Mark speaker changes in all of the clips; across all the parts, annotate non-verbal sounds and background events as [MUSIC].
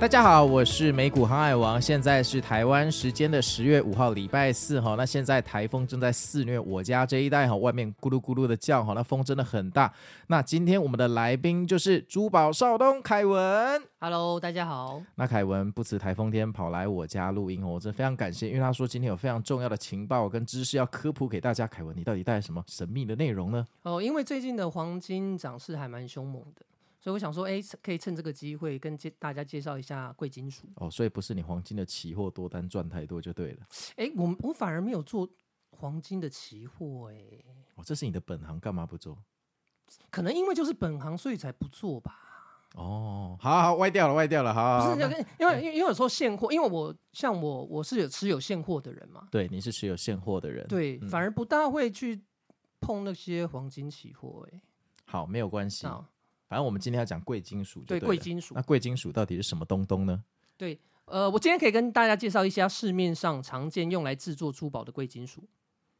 Speaker 1: 大家好，我是美股航海王，现在是台湾时间的十月五号，礼拜四哈。那现在台风正在肆虐我家这一带哈，外面咕噜咕噜的叫哈，那风真的很大。那今天我们的来宾就是珠宝少东凯文。
Speaker 2: Hello，大家好。
Speaker 1: 那凯文不辞台风天跑来我家录音哦，我真的非常感谢，因为他说今天有非常重要的情报跟知识要科普给大家。凯文，你到底带来什么神秘的内容呢？
Speaker 2: 哦，因为最近的黄金涨势还蛮凶猛的，所以我想说，哎，可以趁这个机会跟介大家介绍一下贵金属。
Speaker 1: 哦，所以不是你黄金的期货多单赚太多就对了。
Speaker 2: 哎，我我反而没有做黄金的期货，哎，
Speaker 1: 哦，这是你的本行，干嘛不做？
Speaker 2: 可能因为就是本行，所以才不做吧。
Speaker 1: 哦，好好歪掉了，歪掉了，好好
Speaker 2: 不
Speaker 1: 好
Speaker 2: 是，因为因为因为有时候现货，因为我像我我是有持有现货的人嘛，
Speaker 1: 对，你是持有现货的人，
Speaker 2: 对，
Speaker 1: 嗯
Speaker 2: 反而不大会去碰那些黄金期货，哎，
Speaker 1: 好，没有关系。
Speaker 2: 那
Speaker 1: 反正我们今天要讲贵金属就
Speaker 2: 对
Speaker 1: 了
Speaker 2: 贵金属
Speaker 1: 那，贵金属到底是什么东东呢？
Speaker 2: 对，呃，我今天可以跟大家介绍一下市面上常见用来制作珠宝的贵金属。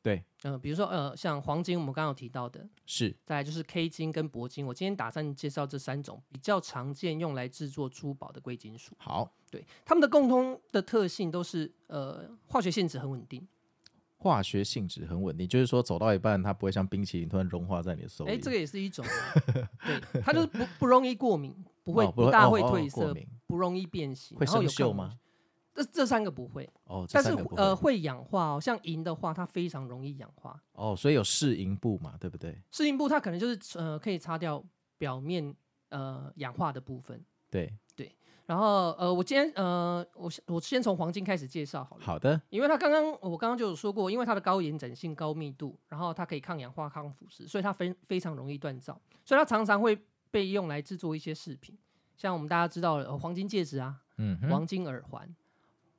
Speaker 1: 对，
Speaker 2: 嗯、比如说呃，像黄金，我们刚刚有提到的，
Speaker 1: 是
Speaker 2: 再来就是 K 金跟铂金。我今天打算介绍这三种比较常见用来制作珠宝的贵金属。
Speaker 1: 好
Speaker 2: 对，它们的共通的特性都是呃，化学性质很稳定。
Speaker 1: 化学性质很稳定，就是说走到一半它不会像冰淇淋突然融化在你的手里。
Speaker 2: 哎，这个也是一种啊，
Speaker 1: [LAUGHS]
Speaker 2: 对，它就是不不容易过敏，
Speaker 1: 不
Speaker 2: 不会、
Speaker 1: 哦、
Speaker 2: 不大
Speaker 1: 哦
Speaker 2: 会
Speaker 1: 哦
Speaker 2: 褪
Speaker 1: 过
Speaker 2: 色，
Speaker 1: 敏
Speaker 2: 不容易变形，
Speaker 1: 会
Speaker 2: 然后
Speaker 1: 生
Speaker 2: 有
Speaker 1: 锈
Speaker 2: 抗
Speaker 1: 吗
Speaker 2: 敏？这这三个不会，
Speaker 1: 哦，这
Speaker 2: 但是
Speaker 1: 三个不会
Speaker 2: 呃会氧化哦，像银的话，它非常容易氧化。
Speaker 1: 哦，所以有适应部嘛，对不对？
Speaker 2: 适应部它可能就是呃可以擦掉表面呃氧化的部分。
Speaker 1: 对，
Speaker 2: 然后呃，我今天呃，我先我先从黄金开始介绍好了，
Speaker 1: 好的，
Speaker 2: 因为它刚刚我刚刚就有说过，因为它的高延展性、高密度，然后它可以抗氧化、抗腐蚀，所以它非非常容易锻造，所以它常常会被用来制作一些饰品，像我们大家知道的、呃黄金戒指啊、
Speaker 1: 嗯哼，
Speaker 2: 黄金耳环、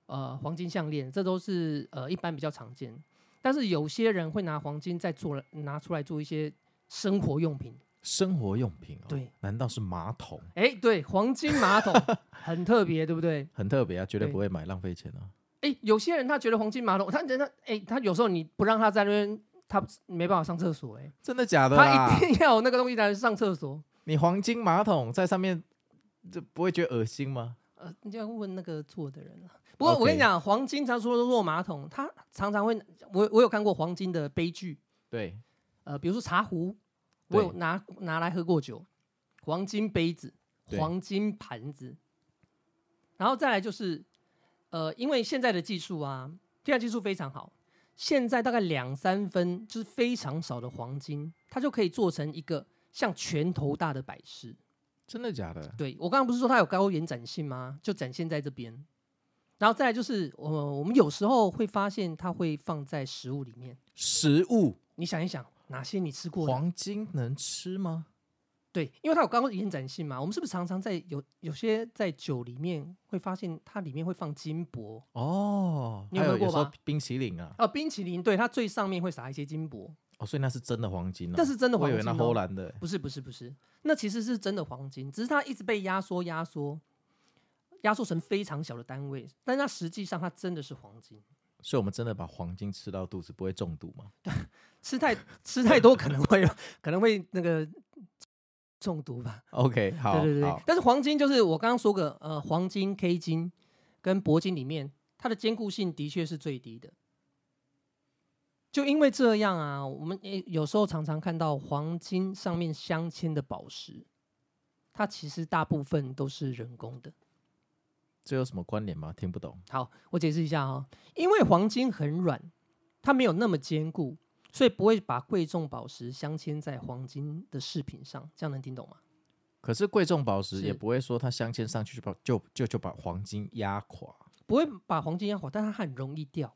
Speaker 2: 呃黄金项链，这都是呃一般比较常见。但是有些人会拿黄金再做了拿出来做一些生活用品，
Speaker 1: 生活用品哦，
Speaker 2: 对，
Speaker 1: 难道是马桶？
Speaker 2: 哎，对，黄金马桶很特别，对不对？
Speaker 1: 很特别啊，绝对
Speaker 2: 对
Speaker 1: 不会买，浪费钱啊。
Speaker 2: 哎，有些人他觉得黄金马桶，他他哎，他有时候你不让他在那边，他没办法上厕所、哎，
Speaker 1: 真的假的啦？
Speaker 2: 他一定 [LAUGHS] 要有那个东西才能上厕所。
Speaker 1: 你黄金马桶在上面，这不会觉得恶心吗？
Speaker 2: 呃，你就要问那个做的人了。不过我跟
Speaker 1: OK
Speaker 2: 你讲，黄金常说落马桶，他常常会，我我有看过黄金的悲剧，
Speaker 1: 对，
Speaker 2: 呃，比如说茶壶，我有
Speaker 1: 对
Speaker 2: 拿拿来喝过酒，黄金杯子、
Speaker 1: 对
Speaker 2: 黄金盘子，然后再来就是，呃，因为现在的技术啊，现在技术非常好，现在大概两三分就是非常少的黄金，它就可以做成一个像拳头大的摆饰。
Speaker 1: 真的假的？
Speaker 2: 对我刚刚不是说它有高延展性吗？就展现在这边。然后再来就是，我、我们有时候会发现它会放在食物里面。
Speaker 1: 食物
Speaker 2: 你想一想，哪些你吃过的？
Speaker 1: 黄金能吃吗？
Speaker 2: 对，因为它有高延展性嘛。我们是不是常常在有有些在酒里面会发现它里面会放金箔？
Speaker 1: 哦，
Speaker 2: 你有
Speaker 1: 还有
Speaker 2: 喝过
Speaker 1: 有时候
Speaker 2: 吧
Speaker 1: 冰淇淋啊，
Speaker 2: 哦，冰淇淋，对，它最上面会撒一些金箔，
Speaker 1: 哦，所以那是真的黄金哦，
Speaker 2: 但是真的
Speaker 1: 我
Speaker 2: 黄
Speaker 1: 以为
Speaker 2: 金、
Speaker 1: 那
Speaker 2: 哦
Speaker 1: 荷。兰的，
Speaker 2: 不是不是不是，那其实是真的黄金，只是它一直被压缩压缩，压缩成非常小的单位，但它实际上它真的是黄金。
Speaker 1: 所以我们真的把黄金吃到肚子不会中毒吗？
Speaker 2: 吃太吃太多可能会可能会那个中毒吧。
Speaker 1: OK，好，
Speaker 2: 对对对
Speaker 1: 好，
Speaker 2: 但是黄金就是我刚刚说的，呃，黄金、K 金跟铂金里面，它的坚固性的确是最低的。就因为这样啊，我们也有时候常常看到黄金上面镶嵌的宝石，它其实大部分都是人工的。
Speaker 1: 这有什么关联吗？听不懂。
Speaker 2: 好，我解释一下啊、因为黄金很软，它没有那么坚固，所以不会把贵重宝石镶嵌在黄金的饰品上，这样能听懂吗？
Speaker 1: 可是贵重宝石
Speaker 2: 是
Speaker 1: 也不会说它镶嵌上去就把就就就把黄金压垮。
Speaker 2: 不会把黄金压垮，但它很容易掉。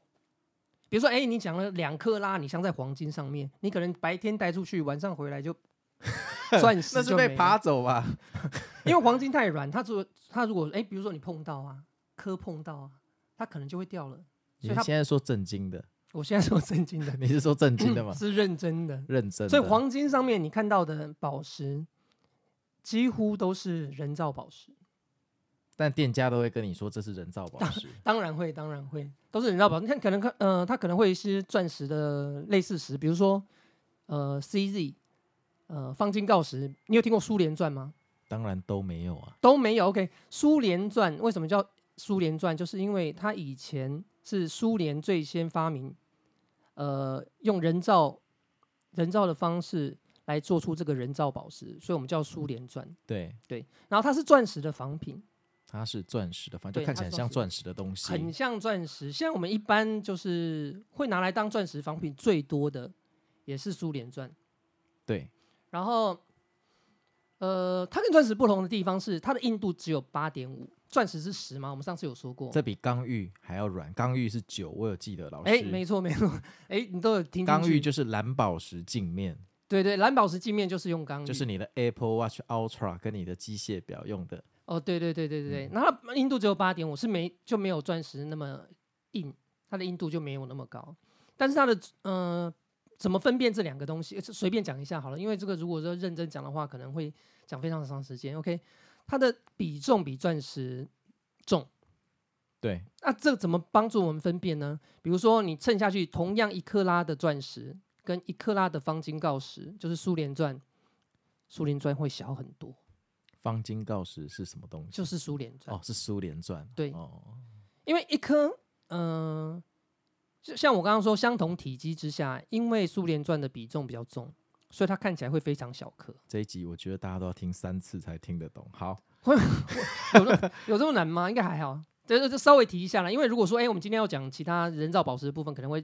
Speaker 2: 比如说，哎、你讲了两克拉，你镶在黄金上面，你可能白天带出去，晚上回
Speaker 1: [LAUGHS]
Speaker 2: 来就钻石
Speaker 1: 那
Speaker 2: 就是没
Speaker 1: 被
Speaker 2: 了
Speaker 1: 扒，走吧？
Speaker 2: [LAUGHS] 因为黄金太软，它如果它如果哎、比如说你碰到啊，磕碰到啊，它可能就会掉了。
Speaker 1: 你
Speaker 2: 所以它
Speaker 1: 现在说震惊的，，
Speaker 2: 我现在说震惊的
Speaker 1: 你是说震惊的
Speaker 2: [LAUGHS]
Speaker 1: 吗？
Speaker 2: 是认真的。
Speaker 1: 认真的。
Speaker 2: 所以黄金上面你看到的宝石，几乎都是人造宝石。
Speaker 1: 但店家都会跟你说这是人造宝石。
Speaker 2: 当然会，当然会，都是人造宝石。那可能看，呃，它可能会是钻石的类似石，比如说，呃，CZ，呃，方金锆石。你有听过苏联钻吗？
Speaker 1: 当然都没有啊。
Speaker 2: 都没有。OK，苏联钻为什么叫苏联钻？就是因为它以前是苏联最先发明，呃，用人造人造的方式来做出这个人造宝石，所以我们叫苏联钻。
Speaker 1: 对，
Speaker 2: 然后它是钻石的仿品，
Speaker 1: 它是钻石的，反正
Speaker 2: 对
Speaker 1: 就看起来很
Speaker 2: 它是
Speaker 1: 像
Speaker 2: 钻
Speaker 1: 钻石的东
Speaker 2: 很
Speaker 1: 西。
Speaker 2: 像钻石。现在我们一般就是会拿来当钻石仿品最多的，也是苏联钻。
Speaker 1: 对，
Speaker 2: 然后，呃，它跟钻石不同的地方是，它的硬度只有八点五，钻石是十嘛，我们上次有说过。
Speaker 1: 这比刚玉还要软。刚玉是九，我有记得老师。
Speaker 2: 哎，没错没错，哎，你都有听进
Speaker 1: 刚玉
Speaker 2: 去
Speaker 1: 就是蓝宝石镜面，
Speaker 2: 对对，蓝宝石镜面就是用刚玉，
Speaker 1: 就是你的 Apple Watch Ultra 跟你的机械表用的。
Speaker 2: 哦，对对对对对对，那它硬度只有八点五，是没就没有钻石那么硬，它的硬度就没有那么高。但是它的呃，怎么分辨这两个东西？呃随便讲一下好了，因为这个如果说认真讲的话，可能会讲非常长时间。OK，它的比重比钻石重，
Speaker 1: 对，
Speaker 2: 那这怎么帮助我们分辨呢？比如说你称下去，同样一克拉的钻石跟一克拉的方金锆石，就是苏联钻，苏联钻会小很多，
Speaker 1: 方金锆石是什么东西？
Speaker 2: 就是苏联钻。
Speaker 1: 哦，是苏联钻。
Speaker 2: 对
Speaker 1: 哦，
Speaker 2: 因为一颗，嗯、就像我刚刚说，相同体积之下，因为苏联钻的比重比较重，所以它看起来会非常小颗。
Speaker 1: 这一集我觉得大家都要听三次才听得懂。好，
Speaker 2: 有这有这么难吗？应该还好。这这这稍微提一下啦，因为如果说，哎、我们今天要讲其他人造宝石的部分，可能会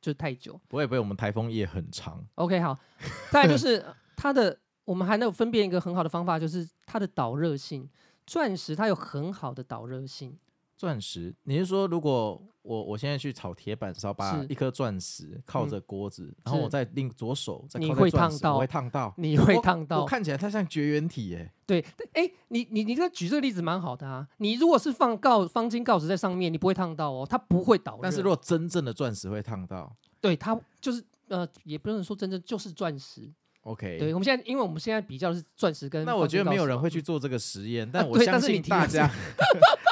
Speaker 2: 就太久。
Speaker 1: 不会不会，我们台风夜很长。
Speaker 2: OK，好。
Speaker 1: [LAUGHS]
Speaker 2: 再来就是呃它的，我们还能有分辨一个很好的方法，就是它的导热性。钻石它有很好的导热性，
Speaker 1: 钻石，你是说如果我我现在去炒铁板烧，把
Speaker 2: 是嗯
Speaker 1: 一颗钻石靠着锅子，然后
Speaker 2: 是
Speaker 1: 我再另左手再
Speaker 2: 你
Speaker 1: 靠
Speaker 2: 会
Speaker 1: 在钻
Speaker 2: 烫
Speaker 1: 石，
Speaker 2: 到
Speaker 1: 我会烫到，
Speaker 2: 你会
Speaker 1: 我
Speaker 2: 烫到
Speaker 1: 我。看起来它像绝缘体耶。
Speaker 2: 对，哎、你你你这举这个例子蛮好的啊。你如果是放告方巾告纸在上面，你不会烫到哦，它不会导热。
Speaker 1: 但是如果真正的钻石会烫到
Speaker 2: 对它就是呃，也不能说真正就是钻石。
Speaker 1: ，OK。
Speaker 2: 对，我们现在因为我们现在比较的是钻石跟
Speaker 1: 那我
Speaker 2: 方巾
Speaker 1: 觉得
Speaker 2: 告
Speaker 1: 没有
Speaker 2: 纸
Speaker 1: 人
Speaker 2: 嘛
Speaker 1: 会去做这个实验，但我
Speaker 2: 嗯啊对
Speaker 1: 相
Speaker 2: 但是你
Speaker 1: 信
Speaker 2: 提
Speaker 1: 大
Speaker 2: 到这
Speaker 1: 家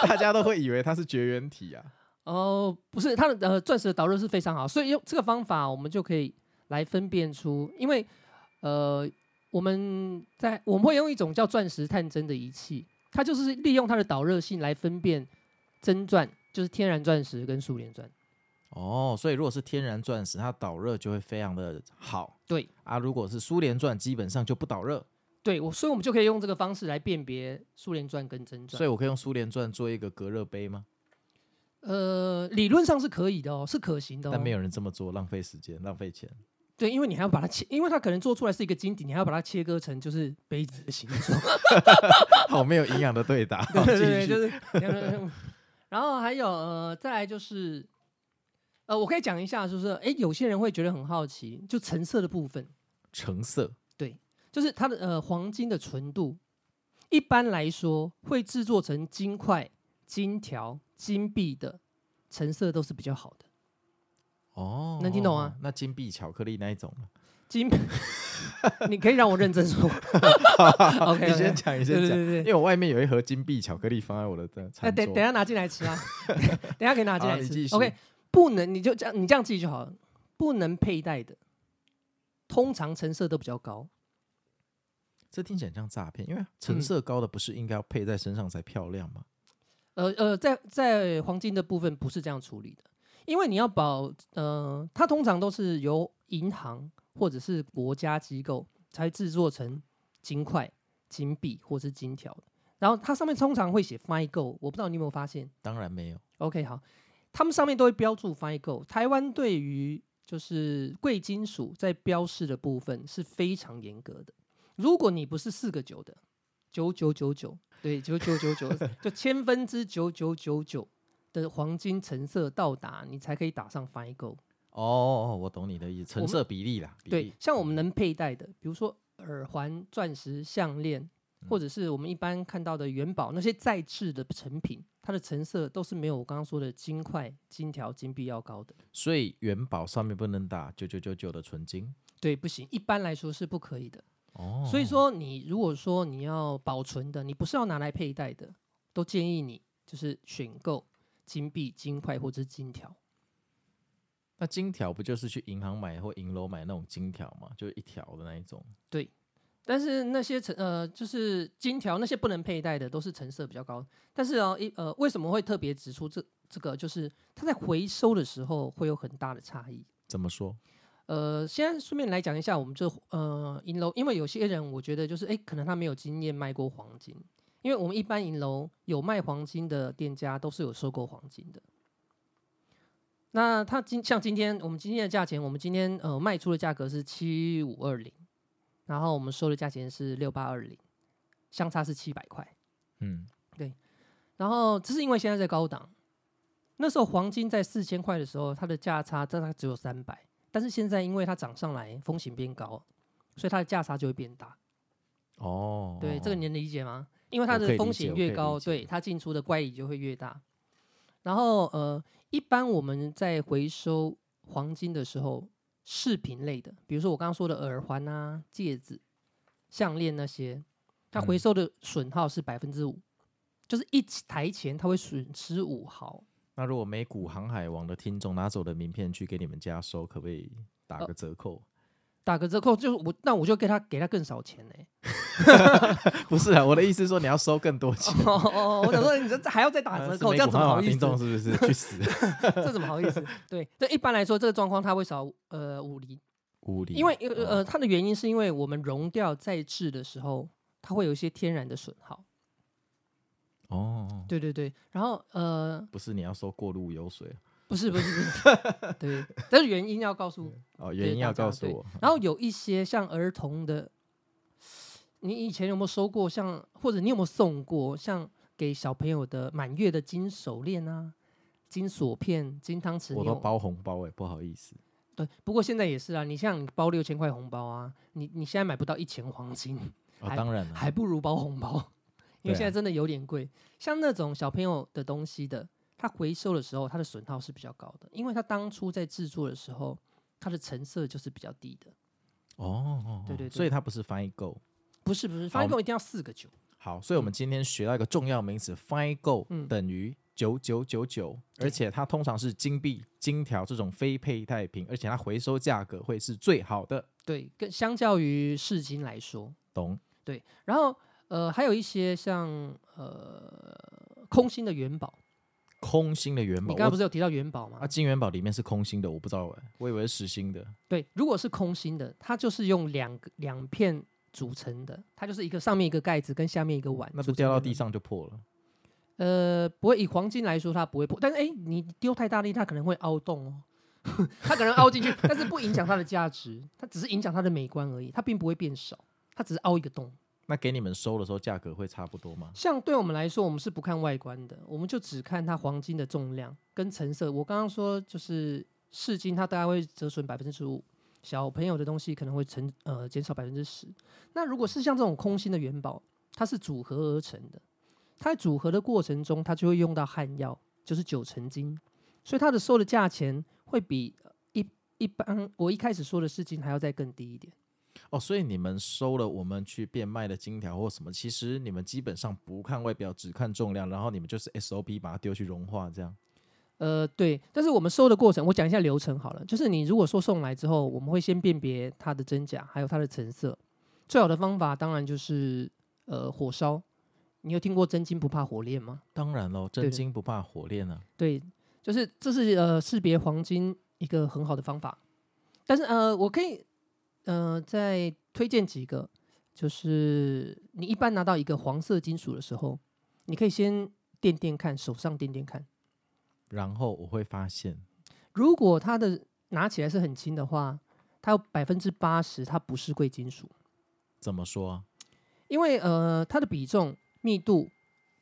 Speaker 2: [LAUGHS]
Speaker 1: 大家都会以为它是绝缘体啊。
Speaker 2: 哦、不是，它的呃钻石的导热是非常好，所以用这个方法我们就可以来分辨出，因为呃我们在我们会用一种叫钻石探针的仪器，它就是利用它的导热性来分辨真钻，就是天然钻石跟苏联钻。
Speaker 1: 哦，所以如果是天然钻石，它导热就会非常的好
Speaker 2: 对，
Speaker 1: 啊。如果是苏联钻，基本上就不导热，
Speaker 2: 对我，所以我们就可以用这个方式来辨别苏联钻跟真
Speaker 1: 所
Speaker 2: 钻。
Speaker 1: 以我可以用苏联钻做一个隔热杯吗？
Speaker 2: 呃，理论上是可以的哦，是可行的、哦。
Speaker 1: 但没有人这么做，浪费时间，浪费
Speaker 2: [LAUGHS]
Speaker 1: 钱。
Speaker 2: 对，因为你还要把它切，因为它可能做出来是一个晶体，你还要把它切割成就是杯子的形状。
Speaker 1: 好没有营养的对答。
Speaker 2: 对对
Speaker 1: 继续
Speaker 2: [LAUGHS] 对，就是两个。 [LAUGHS] 然后还有呃，再来就是呃，我可以讲一下，就是哎，诶有些人会觉得很好奇，就橙色的部分。
Speaker 1: 橙色，
Speaker 2: 对，就是它的呃黄金的纯度，一般来说会制作成金块、金条、金币的成色都是比较好的。
Speaker 1: 哦
Speaker 2: 能听懂啊？
Speaker 1: 那金币巧克力那一种
Speaker 2: [LAUGHS]
Speaker 1: 吗
Speaker 2: 金，你可以让我认真说。
Speaker 1: [LAUGHS]
Speaker 2: OK，
Speaker 1: 你先 [LAUGHS] 讲，你先
Speaker 2: 对对
Speaker 1: 讲，
Speaker 2: 对
Speaker 1: 因
Speaker 2: 对。
Speaker 1: 为我外面有一盒金币巧克力放在我的这
Speaker 2: 那
Speaker 1: 餐
Speaker 2: 等
Speaker 1: 桌
Speaker 2: 等一。下拿进
Speaker 1: [LAUGHS]
Speaker 2: 来吃啊，等一下可以拿进
Speaker 1: 好
Speaker 2: 来
Speaker 1: 你继
Speaker 2: 吃。
Speaker 1: 续
Speaker 2: OK，不能你就这样，你这样记就好了。不能佩戴的，通常成色都比较高。
Speaker 1: 这听起来很像诈骗，因为成
Speaker 2: 嗯
Speaker 1: 色高的不是应该要配在身上才漂亮吗？
Speaker 2: 呃呃，在在黄金的部分不是这样处理的，因为你要保，呃，它通常都是由银行或者是国家机构才制作成金块、金币或是金条的，然后它上面通常会写 “fine gold”，我不知道你有没有发现
Speaker 1: 当然没有。
Speaker 2: ？OK，好，他们上面都会标注 “fine gold”。台湾对于就是贵金属在标示的部分是非常严格的，如果你不是四个九的，九九九九，对，九九九九，就千分之九九九九的黄金成色到达，你才可以打上 fine gold。
Speaker 1: 哦哦，我懂你的意思，成
Speaker 2: 我们
Speaker 1: 色比例啦。比
Speaker 2: 对
Speaker 1: 例，嗯
Speaker 2: 像我们能佩戴的，比如说耳环、钻石、项链，或
Speaker 1: 嗯
Speaker 2: 者是我们一般看到的元宝那些再制的成品，它的成色都是没有我刚刚说的金块、金条、金币要高的。
Speaker 1: 所以元宝上面不能打九九九九的纯金。
Speaker 2: 对，不行，一般来说是不可以的。
Speaker 1: 哦，
Speaker 2: 所以说，你如果说你要保存的，你不是要拿来佩戴的，都建议你就是选购金币、金块或者是金条。
Speaker 1: 那金条不就是去银行买或银楼买那种金条嘛，就是一条的那一种。
Speaker 2: 但是那些成呃，就是金条那些不能佩戴的，都是成色比较高。但是啊，一呃，为什么会特别指出这这个？就是它在回收的时候会有很大的差异。
Speaker 1: 怎么说？
Speaker 2: 呃，先顺便来讲一下，我们这呃银楼，因为有些人我觉得就是哎，诶可能他没有经验卖过黄金，因为我们一般银楼有卖黄金的店家都是有收购黄金的。那他今像今天我们今天的价钱，我们今天呃卖出的价格是七五二零，然后我们收的价钱是六八二零，相差是七百块。
Speaker 1: 嗯，
Speaker 2: 然后这是因为现在在高档，那时候黄金在四千块的时候，它的价差大概只有三百，但是现在因为它涨上来，风险变高，所以它的价差就会变大。
Speaker 1: 哦，
Speaker 2: 对，这个你能理解吗？因
Speaker 1: 我
Speaker 2: 为它
Speaker 1: 可以
Speaker 2: 的
Speaker 1: 理解
Speaker 2: 风险
Speaker 1: 我可
Speaker 2: 越
Speaker 1: 以
Speaker 2: 高，
Speaker 1: 理解
Speaker 2: 对它进出的乖离就会越大。然后呃，一般我们在回收黄金的时候，饰品类的，比如说我刚刚说的耳环啊、戒指、项链那些，它回
Speaker 1: 嗯
Speaker 2: 收的损耗是百分之五，就是一起台钱它会损失五毫。
Speaker 1: 那如果美股航海王的听众拿走我的名片去给你们家收，可不可以打
Speaker 2: 哦
Speaker 1: 个折扣？ [LAUGHS]
Speaker 2: 打个折扣，就是我，那我就给他给他更少钱呢、
Speaker 1: 不是啊，我的意思是说你要收更多
Speaker 2: [LAUGHS]
Speaker 1: 钱。
Speaker 2: [LAUGHS] 哦哦哦，我想说你这还要再打啊折扣，
Speaker 1: 是
Speaker 2: 这
Speaker 1: 美
Speaker 2: 样
Speaker 1: 股
Speaker 2: 怎么
Speaker 1: 航海
Speaker 2: 好
Speaker 1: 王
Speaker 2: 意
Speaker 1: 听
Speaker 2: 思？
Speaker 1: 众是不是去死？
Speaker 2: [LAUGHS]
Speaker 1: [LAUGHS]
Speaker 2: 这怎么好意思？对，这一般来说这个状况它会少呃五厘，
Speaker 1: 无理，
Speaker 2: 因为呃
Speaker 1: 嗯
Speaker 2: 呃它的原因是因为我们熔掉再制的时候，它会有一些天然的损耗。
Speaker 1: 哦，
Speaker 2: 对对对，然后呃
Speaker 1: 不是你要收过路油水
Speaker 2: 不是不是不是，
Speaker 1: [LAUGHS]
Speaker 2: 对，但是原因要告诉。
Speaker 1: 哦，
Speaker 2: 对
Speaker 1: 原因要
Speaker 2: 大家
Speaker 1: 告诉
Speaker 2: 对
Speaker 1: 我。
Speaker 2: 然后有一些像儿童的，你以前有没有收过像或者你有没有送过像给小朋友的满月的金手链啊、金锁片、金汤匙？
Speaker 1: 我
Speaker 2: 你
Speaker 1: 都
Speaker 2: 有
Speaker 1: 包红包哎、不好意思。
Speaker 2: 对，不过现在也是啊，你像你包六千块红包啊，你你现在买不到一钱黄金， [LAUGHS]
Speaker 1: 哦，
Speaker 2: 还
Speaker 1: 当然了，
Speaker 2: 还不如包红包，因
Speaker 1: 对
Speaker 2: 为
Speaker 1: 啊
Speaker 2: 现在真的有点贵。像那种小朋友的东西的，它回收的时候它的损耗是比较高的，因为它当初在制作的时候，它的成色就是比较低的。
Speaker 1: 哦哦，哦
Speaker 2: 对对对
Speaker 1: 所以它不是翻译够。
Speaker 2: 不是不是，
Speaker 1: 好
Speaker 2: 翻购一定要四个九，
Speaker 1: 好，所以我们今天学到一个重要名词 f i n e g o
Speaker 2: 嗯
Speaker 1: 等于九九九九，而且它通常是金币、金条这种非佩戴品，而且它回收价格会是最好的。
Speaker 2: 对，跟相较于市金来说，
Speaker 1: 懂？
Speaker 2: 对。然后呃，还有一些像呃空心的元宝，
Speaker 1: 空心的元
Speaker 2: 你
Speaker 1: 宝，
Speaker 2: 刚
Speaker 1: 哦
Speaker 2: 刚不
Speaker 1: 我
Speaker 2: 是有提到元宝吗
Speaker 1: 啊，？金元宝里面是空心的，我不知道哎、我以为是实心的。
Speaker 2: 对，如果是空心的，它就是用两个两片组成的，它就是一个上面一个盖子跟下面一个碗，
Speaker 1: 那不掉到地
Speaker 2: 上。
Speaker 1: 上就破了。
Speaker 2: 呃，不会以黄金来说，它不会破，但是哎，你丢太大力，它可能会凹洞哦， [LAUGHS] 它可能凹进去，但是不影响它的价值，它只是影响它的美观而已，它并不会变少，它只是凹一个洞。
Speaker 1: 那给你们收的时候，价格会差不多吗？
Speaker 2: 像对我们来说，我们是不看外观的，我们就只看它黄金的重量跟成色。我刚刚说就是市金，它大概会折损百分之五，小朋友的东西可能会成呃减少百分之十。那如果是像这种空心的元宝，它是组合而成的，它在组合的过程中，它就会用到汉药，就是九成金，所以它的收的价钱会比一一般我一开始说的事情还要再更低一点。
Speaker 1: 哦，所以你们收了我们去变卖的金条或什么，其实你们基本上不看外表，只看重量，然后你们就是 SOP 把它丢去融化，这样。
Speaker 2: 呃，对，但是我们收的过程，我讲一下流程好了。就是你如果说送来之后，我们会先辨别它的真假，还有它的成色。最好的方法当然就是呃火烧。你有听过真金不怕火炼吗？
Speaker 1: 当然喽，
Speaker 2: 对
Speaker 1: 真
Speaker 2: 的
Speaker 1: 金不怕火炼啊。
Speaker 2: 对，就是这是呃识别黄金一个很好的方法。但是呃，我可以呃再推荐几个，就是你一般拿到一个黄色金属的时候，你可以先掂掂看，手上掂掂看。
Speaker 1: 然后我会发现，
Speaker 2: 如果它的拿起来是很轻的话，它有百分之八十它不是贵金属，
Speaker 1: 怎么说啊？
Speaker 2: 因为呃它的比重密度，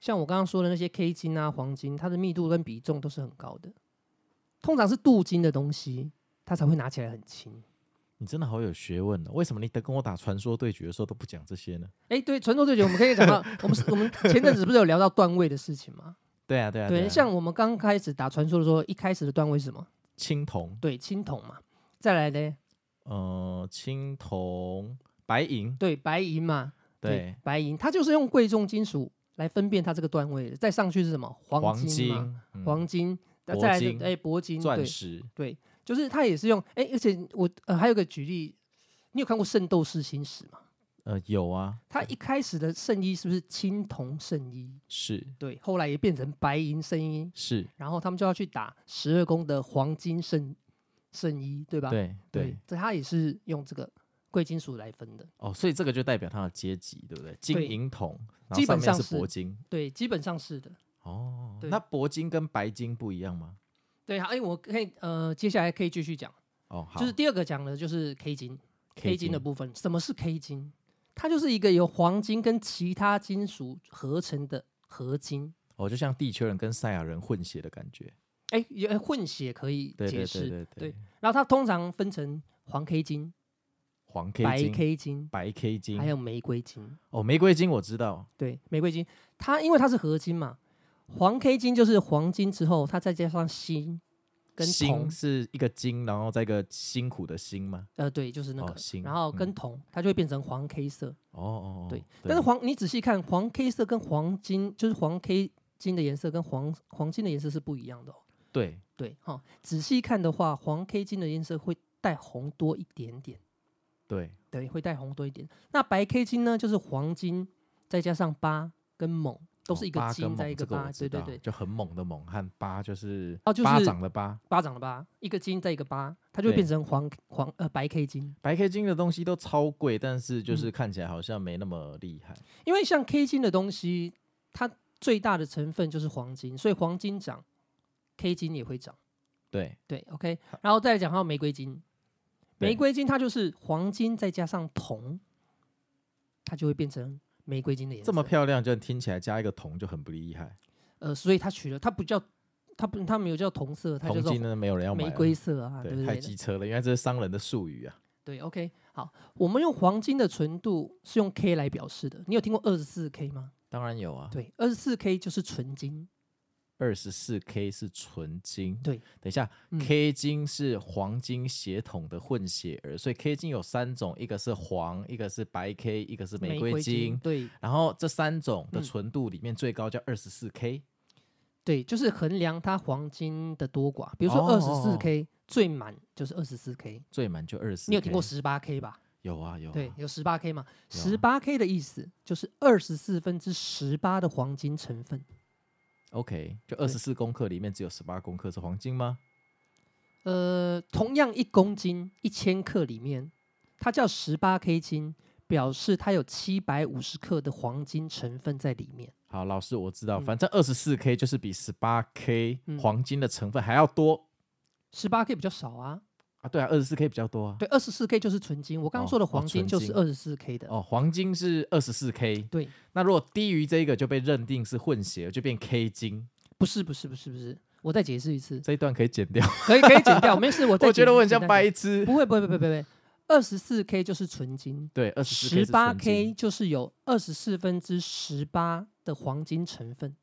Speaker 2: 像我刚刚说的那些 K 金啊、黄金，它的密度跟比重都是很高的。通常是镀金的东西，它才会拿起来很轻。
Speaker 1: 你真的好有学问哦呢、为什么你得跟我打传说对决的时候都不讲这些呢？
Speaker 2: 哎，对，传说对决我们可以讲到，我们是我们前阵子不是有聊到段位的事情吗？
Speaker 1: 对啊，对啊，
Speaker 2: 对，
Speaker 1: 啊
Speaker 2: 像我们刚开始打传说的时候，一开始的段位是什么？
Speaker 1: 青铜，
Speaker 2: 对，青铜嘛。再来呢，
Speaker 1: 呃，青铜、白银，
Speaker 2: 对，白银嘛，
Speaker 1: 对，，
Speaker 2: 白银，它就是用贵重金属来分辨它这个段位的。再上去是什么？黄
Speaker 1: 黄
Speaker 2: 金嘛，
Speaker 1: 金、嗯
Speaker 2: 黄金，那
Speaker 1: 铂
Speaker 2: 再来
Speaker 1: 金
Speaker 2: 是哎铂金，
Speaker 1: 钻
Speaker 2: 对
Speaker 1: 石，
Speaker 2: 对，就是它也是用哎，而且我呃还有个举例，你有看过《圣斗士星矢》吗？
Speaker 1: 呃，有啊，
Speaker 2: 它一开始的圣衣是不是青铜圣衣？
Speaker 1: 是
Speaker 2: 对，后来也变成白银圣衣，
Speaker 1: 是，
Speaker 2: 然后他们就要去打十二宫的黄金圣圣衣，对吧？
Speaker 1: 对对
Speaker 2: 对，，这它也是用这个贵金属来分的。
Speaker 1: 哦，所以这个就代表它的阶级，对不对？金
Speaker 2: 对
Speaker 1: 银铜，然后
Speaker 2: 基
Speaker 1: 上
Speaker 2: 本
Speaker 1: 面
Speaker 2: 上
Speaker 1: 是
Speaker 2: 是
Speaker 1: 铂金，
Speaker 2: 对，基本上是的。
Speaker 1: 哦，
Speaker 2: 对
Speaker 1: 那铂金跟白金不一样吗？
Speaker 2: 对，好，哎，我可以呃，接下来可以继续讲。
Speaker 1: 哦，好，
Speaker 2: 就是第二个讲的就是 K 金
Speaker 1: K
Speaker 2: ，K 金的
Speaker 1: 金
Speaker 2: 部分，什么是 K 金？它就是一个由黄金跟其他金属合成的合金。
Speaker 1: 哦，就像地球人跟赛亚人混血的感觉，
Speaker 2: 哎，也哎混血可以
Speaker 1: 对
Speaker 2: 解
Speaker 1: 对
Speaker 2: 释。
Speaker 1: 对对对，
Speaker 2: 然后它通常分成黄 K 金、
Speaker 1: 黄 K
Speaker 2: 白
Speaker 1: 金、
Speaker 2: K 金，
Speaker 1: 白 K 金，
Speaker 2: 还有玫瑰金。
Speaker 1: 哦，玫瑰金我知道，
Speaker 2: 对，玫瑰金，它因为它是合金嘛，黄 K 金就是黄金之后，它再加上锌跟铜
Speaker 1: 辛，是一个金，然后再一个辛苦的辛吗？
Speaker 2: 呃，对，就是那
Speaker 1: 哦
Speaker 2: 个，
Speaker 1: 锌
Speaker 2: 然后
Speaker 1: 嗯
Speaker 2: 跟铜，它就会变成黄 K 色。
Speaker 1: 哦哦，哦
Speaker 2: 对，但是黄你仔细看，黄 K 色跟黄金就是黄 K 金的颜色跟黄黄金的颜色是不一样的、哦。
Speaker 1: 对
Speaker 2: 对，哈、仔细看的话，黄 K 金的颜色会带红多一点点，
Speaker 1: 对，
Speaker 2: 对，会带红多一点。那白 K 金呢，就是黄金再加上八跟锰，都
Speaker 1: 哦
Speaker 2: 是一个
Speaker 1: 八跟
Speaker 2: 金
Speaker 1: 猛
Speaker 2: 再一
Speaker 1: 这
Speaker 2: 个
Speaker 1: 我
Speaker 2: 八，
Speaker 1: 知
Speaker 2: 对对
Speaker 1: 道
Speaker 2: 对，
Speaker 1: 就很猛的猛和八就是
Speaker 2: 哦就
Speaker 1: 巴
Speaker 2: 是
Speaker 1: 掌的八。
Speaker 2: 巴掌的八，一个金再一个八，它就会变
Speaker 1: 对
Speaker 2: 成黄黄呃白 K 金。
Speaker 1: 白 K 金的东西都超贵，但是
Speaker 2: 嗯
Speaker 1: 就是看起来好像没那么厉害。
Speaker 2: 因为像 K 金的东西，它最大的成分就是黄金，所以黄金涨，K 金也会涨。
Speaker 1: 对，
Speaker 2: 对，OK，然后再来讲到玫瑰金，
Speaker 1: 对
Speaker 2: 玫瑰金它就是黄金再加上铜，它就会变成玫瑰金的颜色。
Speaker 1: 这么漂亮，就听起来加一个铜就很不厉害。
Speaker 2: 呃，所以它取了，它不叫，它不，它没有叫铜色，它
Speaker 1: 铜
Speaker 2: 叫做
Speaker 1: 金呢，没有人要买了。
Speaker 2: 玫瑰色啊，对
Speaker 1: 对，
Speaker 2: 不
Speaker 1: 太
Speaker 2: 对？
Speaker 1: 机车了，因为这是商人的术语啊。
Speaker 2: 对，OK，好，我们用黄金的纯度是用 K 来表示的。你有听过二十四 K 吗？
Speaker 1: 当然有啊，
Speaker 2: 对，二十四 K 就是纯金，
Speaker 1: 二十四 K 是纯金。
Speaker 2: 对，
Speaker 1: 等一下、
Speaker 2: 嗯
Speaker 1: k 金是黄金血统的混血儿，所以 K 金有三种，一个是黄，一个是白 K，一个是玫瑰金。
Speaker 2: 对
Speaker 1: 然后这三种的
Speaker 2: 嗯
Speaker 1: 纯度里面最高叫二十四 K，
Speaker 2: 对，就是衡量它黄金的多寡。比如说
Speaker 1: 哦
Speaker 2: 二十四 K 最满就是二十四 K，
Speaker 1: 最满就二十四。
Speaker 2: 你有听过十八 K 吧？
Speaker 1: 有啊有啊。
Speaker 2: 对，有十八 K 嘛？
Speaker 1: 有啊
Speaker 2: 十八 K 的意思就是二十四分之十八的黄金成分。
Speaker 1: OK，就二
Speaker 2: 对
Speaker 1: 十四公克里面只有十八公克是黄金吗？
Speaker 2: 呃，同样一公斤一千克里面，它叫十八 K 金，表示它有七百五十克的黄金成分在里面。
Speaker 1: 好，老师我知道，
Speaker 2: 嗯
Speaker 1: 反正二十四 K 就是比十八 K
Speaker 2: 嗯
Speaker 1: 黄金的成分还要多
Speaker 2: 十八 K 比较少啊，
Speaker 1: 啊。对啊，二十四 K 比较多啊。
Speaker 2: 对，二十四 K 就是纯金。我刚
Speaker 1: 哦
Speaker 2: 刚说的
Speaker 1: 哦
Speaker 2: 黄金
Speaker 1: 纯
Speaker 2: 就是
Speaker 1: 金
Speaker 2: 二十四 K 的。
Speaker 1: 哦，黄金是二十四 K，
Speaker 2: 对，
Speaker 1: 那如果低于这个就被认定是混血，就变 K 金。
Speaker 2: 不是，不是，不是，不是。我再解释一次，
Speaker 1: 这一段可以剪掉，
Speaker 2: 哦可以，可以剪掉，没事。我
Speaker 1: [LAUGHS]
Speaker 2: 再
Speaker 1: 我觉得
Speaker 2: 剪
Speaker 1: 我很
Speaker 2: 简
Speaker 1: 像
Speaker 2: 单
Speaker 1: 白痴。
Speaker 2: 不会，不会，不会，不会。二十四 K 就是纯金，
Speaker 1: 对，二十
Speaker 2: 十八 K 就是有二十四分之十八的黄金成分。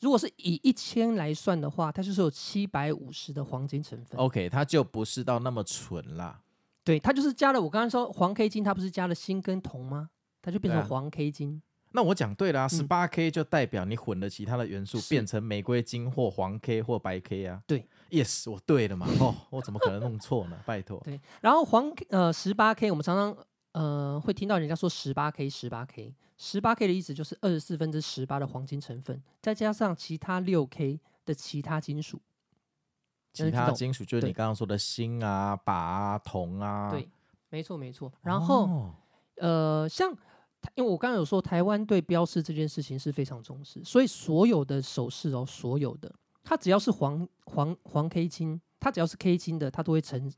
Speaker 2: 如果是以一千来算的话，它就是有七百五十的黄金成分。
Speaker 1: OK，它就不是到那么纯啦。
Speaker 2: 对，它就是加了我刚刚说黄 K 金，它不是加了锌跟铜吗？它就变
Speaker 1: 对
Speaker 2: 成
Speaker 1: 啊
Speaker 2: 黄 K 金。
Speaker 1: 那我讲
Speaker 2: 嗯
Speaker 1: 对啦，十八 K 就代表你混了其他的元素，
Speaker 2: 是
Speaker 1: 变成玫瑰金或黄 K 或白 K 啊。
Speaker 2: 对
Speaker 1: ，Yes，我对
Speaker 2: [LAUGHS]
Speaker 1: 了嘛。哦，我怎么可能弄错呢？拜托。
Speaker 2: 对，然后黄 K- 呃十八 K，我们常常呃会听到人家说十八 K 十八 K，十八 K 的意思就是二十四分之十八的黄金成分，再加上其他六 K 的其他金属。
Speaker 1: 其他金属就是
Speaker 2: 对
Speaker 1: 你刚刚说的锌啊、钯啊、铜啊。
Speaker 2: 对，没错没错。然后、
Speaker 1: 哦
Speaker 2: 呃，像台因为我刚刚有说台湾对标示这件事情是非常重视，所以所有的首饰哦，所有的它只要是黄黄黄 K 金，它只要是 K 金的，它都会诚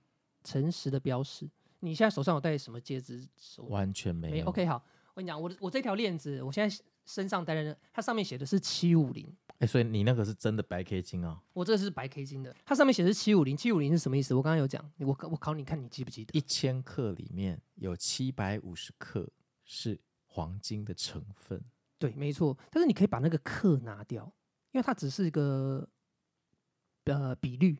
Speaker 2: 诚实的标示。你现在手上有戴什么戒指？手
Speaker 1: 完全没有。
Speaker 2: 没 OK 好，我跟你讲，我的我这条链子，我现在身上戴的，它上面写的是七五零，
Speaker 1: 哎，所以你那个是真的白 K 金啊，
Speaker 2: 我这个是白 K 金的，它上面写的是七五零，七五零是什么意思？我刚刚有讲，我我考你看你记不记得？
Speaker 1: 一千克里面有七百五十克是黄金的成分。
Speaker 2: 对，没错。但是你可以把那个克拿掉，因为它只是一个呃比率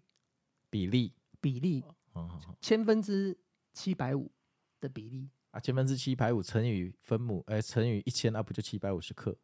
Speaker 1: 比例，
Speaker 2: 比例
Speaker 1: 嗯，好好
Speaker 2: 千分之七百五的比例，
Speaker 1: 啊，千分之七百五乘以分母，呃，乘以一千，啊，不就七百五十克？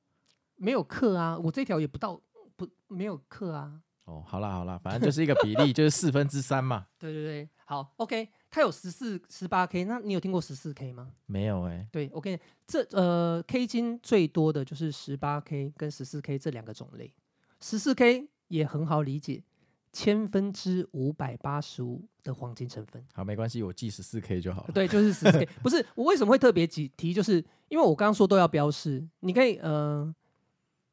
Speaker 2: 没有克啊，我这条也不到不没有克啊。
Speaker 1: 哦，好啦好 [LAUGHS] 啦，反正就是一个比例，就是四分之三嘛。
Speaker 2: 对对对，好，OK，它有十四、十八 K，那你有听过十四 K 吗？
Speaker 1: 没有哎、
Speaker 2: 对，OK，这呃 K 金最多的就是十八 K 跟十四 K 这两个种类，十四 K 也很好理解，千分之五百八十五的黄金成分。
Speaker 1: 好，没关系，我记十四 K 就好了。
Speaker 2: 对，就是十四 K。不是我为什么会特别提提，就是因为我刚刚说都要标示，你可以呃，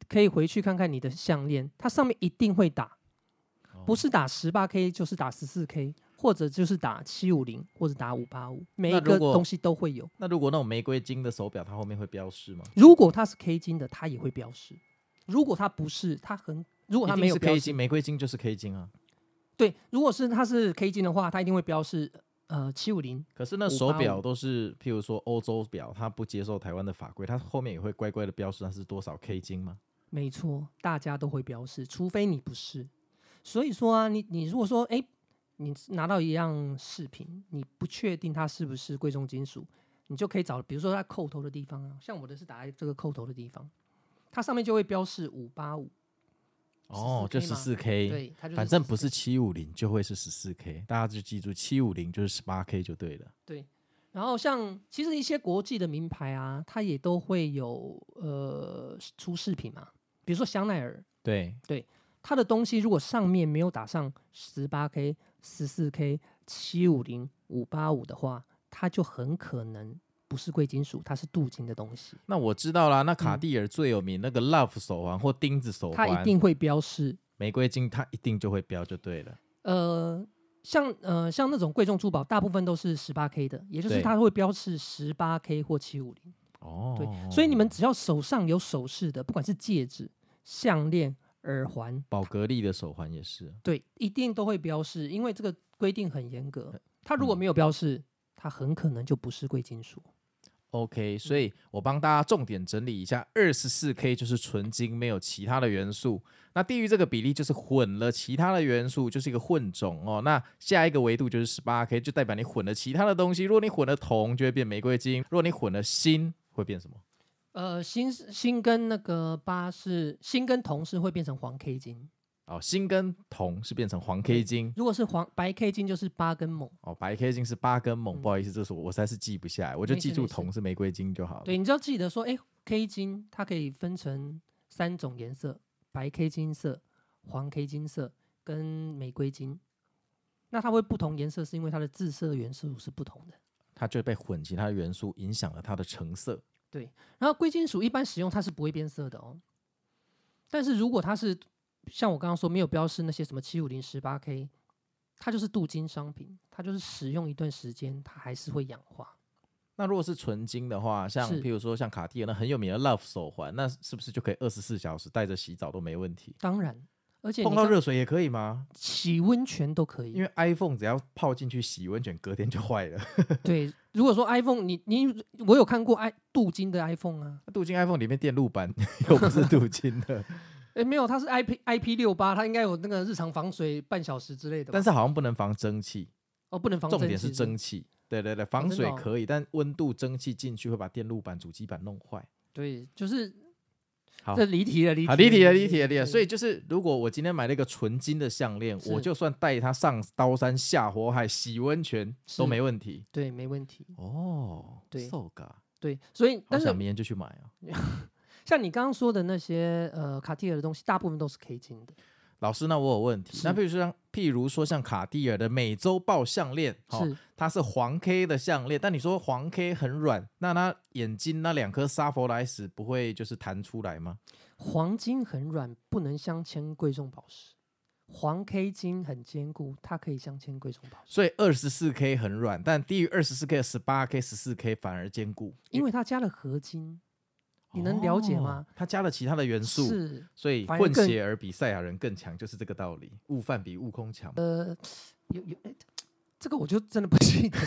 Speaker 2: 可以回去看看你的项链，它上面一定会打，不
Speaker 1: 哦
Speaker 2: 是打十八 K 就是打十四 K，或者就是打七五零或者打五八五，每
Speaker 1: 那
Speaker 2: 一
Speaker 1: 如
Speaker 2: 个
Speaker 1: 果
Speaker 2: 东西都会有。
Speaker 1: 那如果那种玫瑰金的手表，它后面会标示吗？
Speaker 2: 如果它是 K 金的，它也会标示；如果它不是，它很如果它
Speaker 1: 一定
Speaker 2: 没有
Speaker 1: 是
Speaker 2: 标
Speaker 1: K
Speaker 2: 示
Speaker 1: 金，，玫瑰金就是 K 金啊。
Speaker 2: 对，如果是它是 K 金的话，它一定会标示呃七五零
Speaker 1: 可是那
Speaker 2: 585
Speaker 1: 手表都是，譬如说欧洲表，它不接受台湾的法规，它后面也会乖乖的标示它是多少 K 金吗？
Speaker 2: 没错，大家都会标示，除非你不是。所以说啊，你你如果说，哎，你拿到一样饰品，你不确定它是不是贵重金属，你就可以找，比如说它扣头的地方啊，像我的是打在这个扣头的地方，它上面就会标示五八五，
Speaker 1: 哦，就
Speaker 2: 14K
Speaker 1: 十
Speaker 2: 吗
Speaker 1: 四 K，
Speaker 2: 对，它就是
Speaker 1: 反正不
Speaker 2: 14K
Speaker 1: 是七五零就会是十四 K，大家就记住七五零就是十八 K 就对了。
Speaker 2: 对。然后像其实一些国际的名牌啊，它也都会有呃出饰品嘛，比如说香奈儿，
Speaker 1: 对，
Speaker 2: 它的东西如果上面没有打上十八 K、十四 K、七五零、五八五的话，它就很可能不是贵金属，它是镀金的东西，
Speaker 1: 那我知道啦。那卡地尔最有名、那个 Love 手环或钉子手
Speaker 2: 嗯它
Speaker 1: 环，
Speaker 2: 一定会标示。
Speaker 1: 玫瑰金，它一定就会标就对了。
Speaker 2: 呃，像呃像那种贵重珠宝，大部分都是十八 K 的，也就是
Speaker 1: 对
Speaker 2: 它会标示十八 K 或七五零。
Speaker 1: 哦，
Speaker 2: 对，所以你们只要手上有首饰的，不管是戒指、项链、耳环，
Speaker 1: 宝格丽的手环也是，
Speaker 2: 对，一定都会标示，因为这个规定很严格。它如果没有标示，它很可能就不是贵金属。嗯
Speaker 1: OK，所以我帮大家重点整理一下，二十四 K 就是纯金，没有其他的元素。那低于这个比例就是混了其他的元素，就是一个混种哦。那下一个维度就是十八 K，就代表你混了其他的东西。如果你混了铜，就会变玫瑰金；如果你混了锌，会变什么？
Speaker 2: 呃，锌是锌跟那个八是锌跟铜是会变成黄 K 金，
Speaker 1: 哦，锌跟铜是变成黄 K 金，
Speaker 2: 如果是黄白 K 金就是八跟锰。
Speaker 1: 哦，白 K 金是八根锰。
Speaker 2: 嗯
Speaker 1: 不好意思，这是我我实在是记不下来，我就
Speaker 2: 没事
Speaker 1: 记住
Speaker 2: 没事
Speaker 1: 铜是玫瑰金就好了。
Speaker 2: 对，你就要记得说，哎，K 金它可以分成三种颜色：白 K 金色、黄 K 金色跟玫瑰金。那它会不同颜色，是因为它的自色元素是不同的。
Speaker 1: 它就被混其他的元素影响了它的成色。
Speaker 2: 然后贵金属一般使用它是不会变色的哦，但是如果它是像我刚刚说没有标示那些什么七五零十八 K，它就是镀金商品，它就是使用一段时间它还是会氧化。
Speaker 1: 那如果是纯金的话，像
Speaker 2: 是
Speaker 1: 譬如说像卡地尔那很有名的 Love 手环，那是不是就可以二十四小时戴着洗澡都没问题？
Speaker 2: 当然，而且你嗯
Speaker 1: 碰到
Speaker 2: 像
Speaker 1: 热水也可以吗？
Speaker 2: 洗温泉都可以
Speaker 1: 因。为 iPhone 只要泡进去洗温泉，隔天就坏了。 [LAUGHS]
Speaker 2: 对，如果说 iPhone，你你我有看过 i 镀金的 iPhone 啊，
Speaker 1: 镀金 iPhone 里面电路板 [LAUGHS] 又不是镀金
Speaker 2: [LAUGHS]
Speaker 1: 的，
Speaker 2: 诶，没有，它是 IP IP 六八，它应该有那个日常防水半小时之类的吧。
Speaker 1: 但是好像不能防蒸汽，
Speaker 2: 哦，不能防
Speaker 1: 重点
Speaker 2: 震
Speaker 1: 是
Speaker 2: 器
Speaker 1: 蒸汽。对对对，防
Speaker 2: 真的
Speaker 1: 水
Speaker 2: 哦
Speaker 1: 可以，但温度蒸汽进去会把电路板、主机板弄坏。
Speaker 2: 对，就是
Speaker 1: 好
Speaker 2: 这离题了，离题
Speaker 1: 好，
Speaker 2: 了，
Speaker 1: 理解了，理解了，理解了。所
Speaker 2: 以
Speaker 1: 以就是，如果我今天买了一个纯金的项链，
Speaker 2: 是
Speaker 1: 我就算带它上刀山下火海、洗温泉都
Speaker 2: 是
Speaker 1: 没问题。
Speaker 2: 对，没问题。
Speaker 1: 哦，
Speaker 2: 对
Speaker 1: ，so ga，
Speaker 2: 对，所以
Speaker 1: 好
Speaker 2: 但是
Speaker 1: 想明天就去买啊。
Speaker 2: 像你刚刚说的那些呃卡地尔的东西，大部分都是 K 金的，
Speaker 1: 老师，那我有问题。
Speaker 2: 是
Speaker 1: 那譬如说像，譬如说像卡地尔的美洲豹项链，哦，
Speaker 2: 是
Speaker 1: 它是黄 K 的项链，但你说黄 K 很软，那它眼睛那两颗沙佛莱石不会就是弹出来吗？
Speaker 2: 黄金很软，不能镶嵌贵重宝石。黄 K 金很坚固，它可以镶嵌贵重宝石，
Speaker 1: 所以二十四 K 很软，但低于二十四 K、十八 K、十四 K 反而坚固。
Speaker 2: 因为它加了合金，你能了解吗
Speaker 1: 哦？它加了其他的元素，
Speaker 2: 是
Speaker 1: 所以
Speaker 2: 反而
Speaker 1: 混
Speaker 2: 更
Speaker 1: 血儿比赛亚人更强，就是这个道理。悟饭比悟空强。
Speaker 2: 呃有有哎这个我就真的不记得了。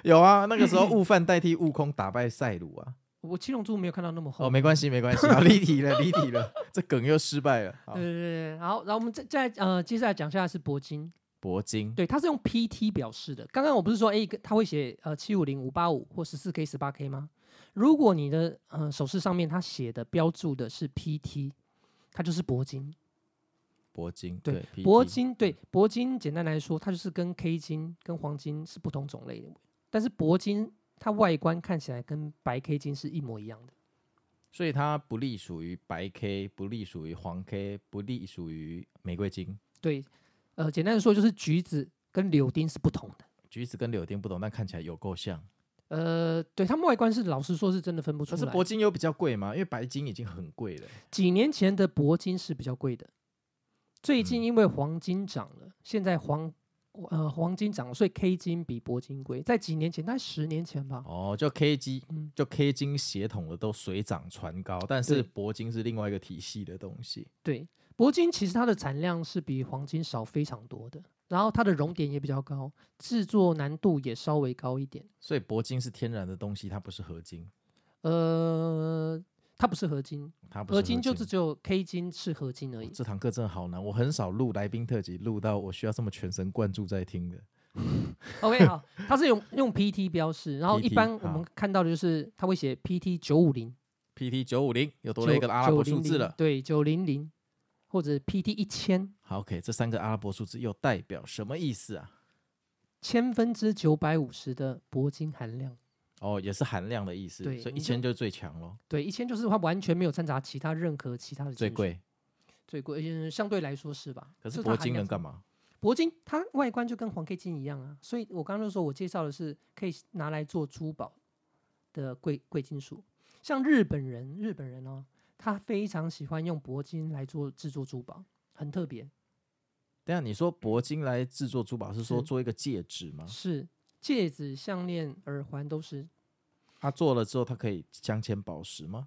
Speaker 2: [LAUGHS]
Speaker 1: 有啊，那个时候悟饭代替悟空打败赛鲁啊。
Speaker 2: 我七龙珠没有看到那么厚。
Speaker 1: 哦，没关 [LAUGHS] 系，没关系，好离题了，离题
Speaker 2: [LAUGHS]
Speaker 1: 了，这梗又失败了。好
Speaker 2: 对对对，然后然后我们再再呃，接下来讲下来是铂金，
Speaker 1: 铂金，
Speaker 2: 对，它是用 PT 表示的。刚刚我不是说，哎，它会写呃七五零五八五或十四 K 十八 K 吗？如果你的呃首饰上面它写的标注的是 PT，它就是铂金。
Speaker 1: 铂金，
Speaker 2: 对
Speaker 1: 对，PT
Speaker 2: 铂金对铂金，简单来说，它就是跟 K 金跟黄金是不同种类的，但是铂金它外观看起来跟白 K 金是一模一样的。
Speaker 1: 所以它不隶属于白 K，不隶属于黄 K，不隶属于玫瑰金。
Speaker 2: 对，呃，简单的说就是橘子跟柳丁是不同的。
Speaker 1: 橘子跟柳丁不同，但看起来有够像。
Speaker 2: 呃，对他们外观是老实说是真的分不出
Speaker 1: 可是
Speaker 2: 来。
Speaker 1: 铂金有比较贵吗？因为白金已经很贵了。
Speaker 2: 几年前的铂金是比较贵的，最近
Speaker 1: 嗯
Speaker 2: 因为黄金涨了，现在黄呃黄金涨了，所以 K 金比铂金贵。在几年前，大概十年前吧，
Speaker 1: 哦，就 K 金
Speaker 2: 嗯，
Speaker 1: 就 K 金血统的都水涨船高，但是铂金是另外一个体系的东西。
Speaker 2: 对，铂金其实它的产量是比黄金少非常多的，然后它的熔点也比较高，制作难度也稍微高一点。
Speaker 1: 所以铂金是天然的东西，它不是合金，
Speaker 2: 呃，它不是合金，
Speaker 1: 它不是
Speaker 2: 合金就是只有 K 金是合金而已。
Speaker 1: 哦这堂课真的好难，我很少录来宾特辑，录到我需要这么全神贯注在听的。
Speaker 2: OK，好，它是用用 PT 标示，然后一
Speaker 1: PT
Speaker 2: 般我
Speaker 1: 好
Speaker 2: 们看到的就是它会写 PT 九五零，
Speaker 1: PT 九五零又多了一个
Speaker 2: 9
Speaker 1: 阿拉伯数字了
Speaker 2: 900。对，九零零或者 PT 一千，
Speaker 1: 好，OK，这三个阿拉伯数字又代表什么意思啊？
Speaker 2: 千分之九百五十的铂金含量。
Speaker 1: 哦，也是含量的意思，
Speaker 2: 对
Speaker 1: 所以一
Speaker 2: 你就
Speaker 1: 千就是最强咯，
Speaker 2: 对，一千就是它完全没有掺杂其他任何其他的
Speaker 1: 最
Speaker 2: 金属，
Speaker 1: 贵。
Speaker 2: 最贵，嗯，相对来说是吧？
Speaker 1: 可是
Speaker 2: 就它
Speaker 1: 铂
Speaker 2: 含
Speaker 1: 金
Speaker 2: 量
Speaker 1: 能
Speaker 2: 是
Speaker 1: 干嘛？
Speaker 2: 铂金它外观就跟黄 K 金一样啊，所以我刚刚就说我介绍的是可以拿来做珠宝的贵贵金属，像日本人，日本人哦，他非常喜欢用铂金来做制作珠宝，很特别，
Speaker 1: 啊等一下你说铂金来制作珠宝是说
Speaker 2: 是
Speaker 1: 做一个戒指吗？
Speaker 2: 是戒指、项链、耳环都是
Speaker 1: 它做了之后，它可以镶嵌宝石吗？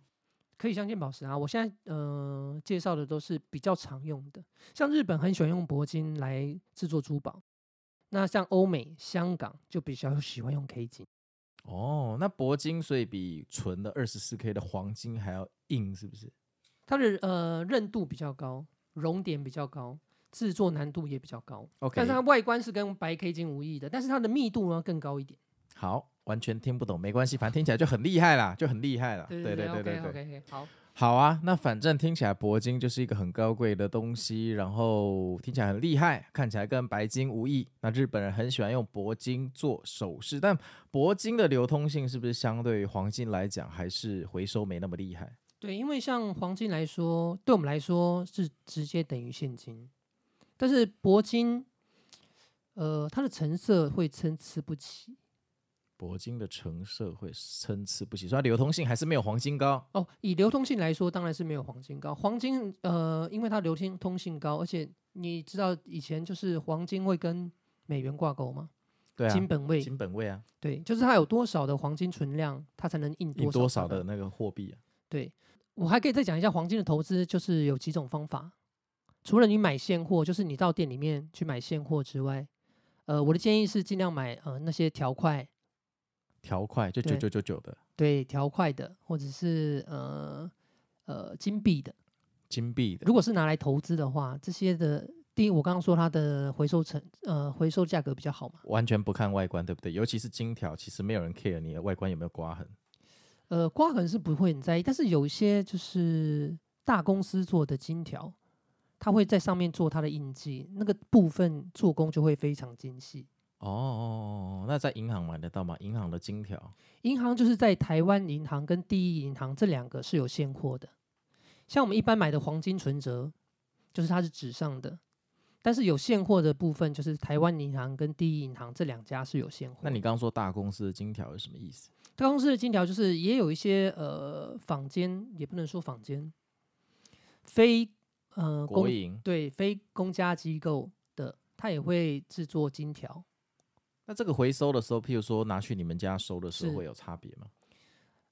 Speaker 2: 可以镶嵌宝石啊。我现在呃介绍的都是比较常用的，像日本很喜欢用铂金来制作珠宝，那像欧美、香港就比较喜欢用 K 金。
Speaker 1: 哦，那铂金所以比纯的二十四 K 的黄金还要硬，是不是？
Speaker 2: 它的呃韧度比较高，熔点比较高，制作难度也比较高。
Speaker 1: OK
Speaker 2: 但是它外观是跟白 K 金无异的，但是它的密度呢更高一点。
Speaker 1: 好，完全听不懂没关系，反正听起来就很厉害啦，就很厉害啦。对对对
Speaker 2: o
Speaker 1: 对。
Speaker 2: k OK 好，
Speaker 1: 好啊，那反正听起来铂金就是一个很高贵的东西，然后听起来很厉害，看起来跟白金无异。那日本人很喜欢用铂金做首饰，但铂金的流通性是不是相对于黄金来讲，还是回收没那么厉害？
Speaker 2: 对，因为像黄金来说，对我们来说是直接等于现金，但是铂金，呃，它的成色会参差不齐。
Speaker 1: 铂金的成色会参差不齐，所以它流通性还是没有黄金高。
Speaker 2: 哦，以流通性来说，当然是没有黄金高。黄金，呃，因为它流通通性高，而且你知道以前就是黄金会跟美元挂钩吗？
Speaker 1: 对啊，
Speaker 2: 金本位，
Speaker 1: 金本位啊，
Speaker 2: 对，就是它有多少的黄金存量，它才能印多
Speaker 1: 印
Speaker 2: 少
Speaker 1: 多少
Speaker 2: 它
Speaker 1: 的那个货币啊？
Speaker 2: 对我还可以再讲一下黄金的投资，就是有几种方法。除了你买现货，就是你到店里面去买现货之外，呃，我的建议是尽量买呃那些条块，
Speaker 1: 条块就九
Speaker 2: 对
Speaker 1: 九九九的
Speaker 2: 对条块的，或者是呃呃金币的。
Speaker 1: 金币的
Speaker 2: 如果是拿来投资的话，这些的第一，我刚刚说它的回收成呃回收价格比较好嘛，
Speaker 1: 完全不看外观，对不对？尤其是金条，其实没有人 care 你的外观有没有刮痕。
Speaker 2: 呃刮痕是不会很在意，但是有一些就是大公司做的金条，它会在上面做它的印记，那个部分做工就会非常精细。
Speaker 1: 哦哦，哦那在银行买得到吗？银行的金条
Speaker 2: 银行就是在台湾银行跟第一银行这两个是有现货的。像我们一般买的黄金存折，就是它是纸上的，但是有现货的部分就是台湾银行跟第一银行这两家是有现货。
Speaker 1: 那你刚刚说大公司的金条是什么意思？
Speaker 2: 大公司的金条就是也有一些呃坊间，也不能说坊间，非呃
Speaker 1: 国
Speaker 2: 公
Speaker 1: 营？
Speaker 2: 对非公家机构的，它也会制作金条。
Speaker 1: 那这个回收的时候，譬如说拿去你们家收的时候，
Speaker 2: 是
Speaker 1: 会有差别吗？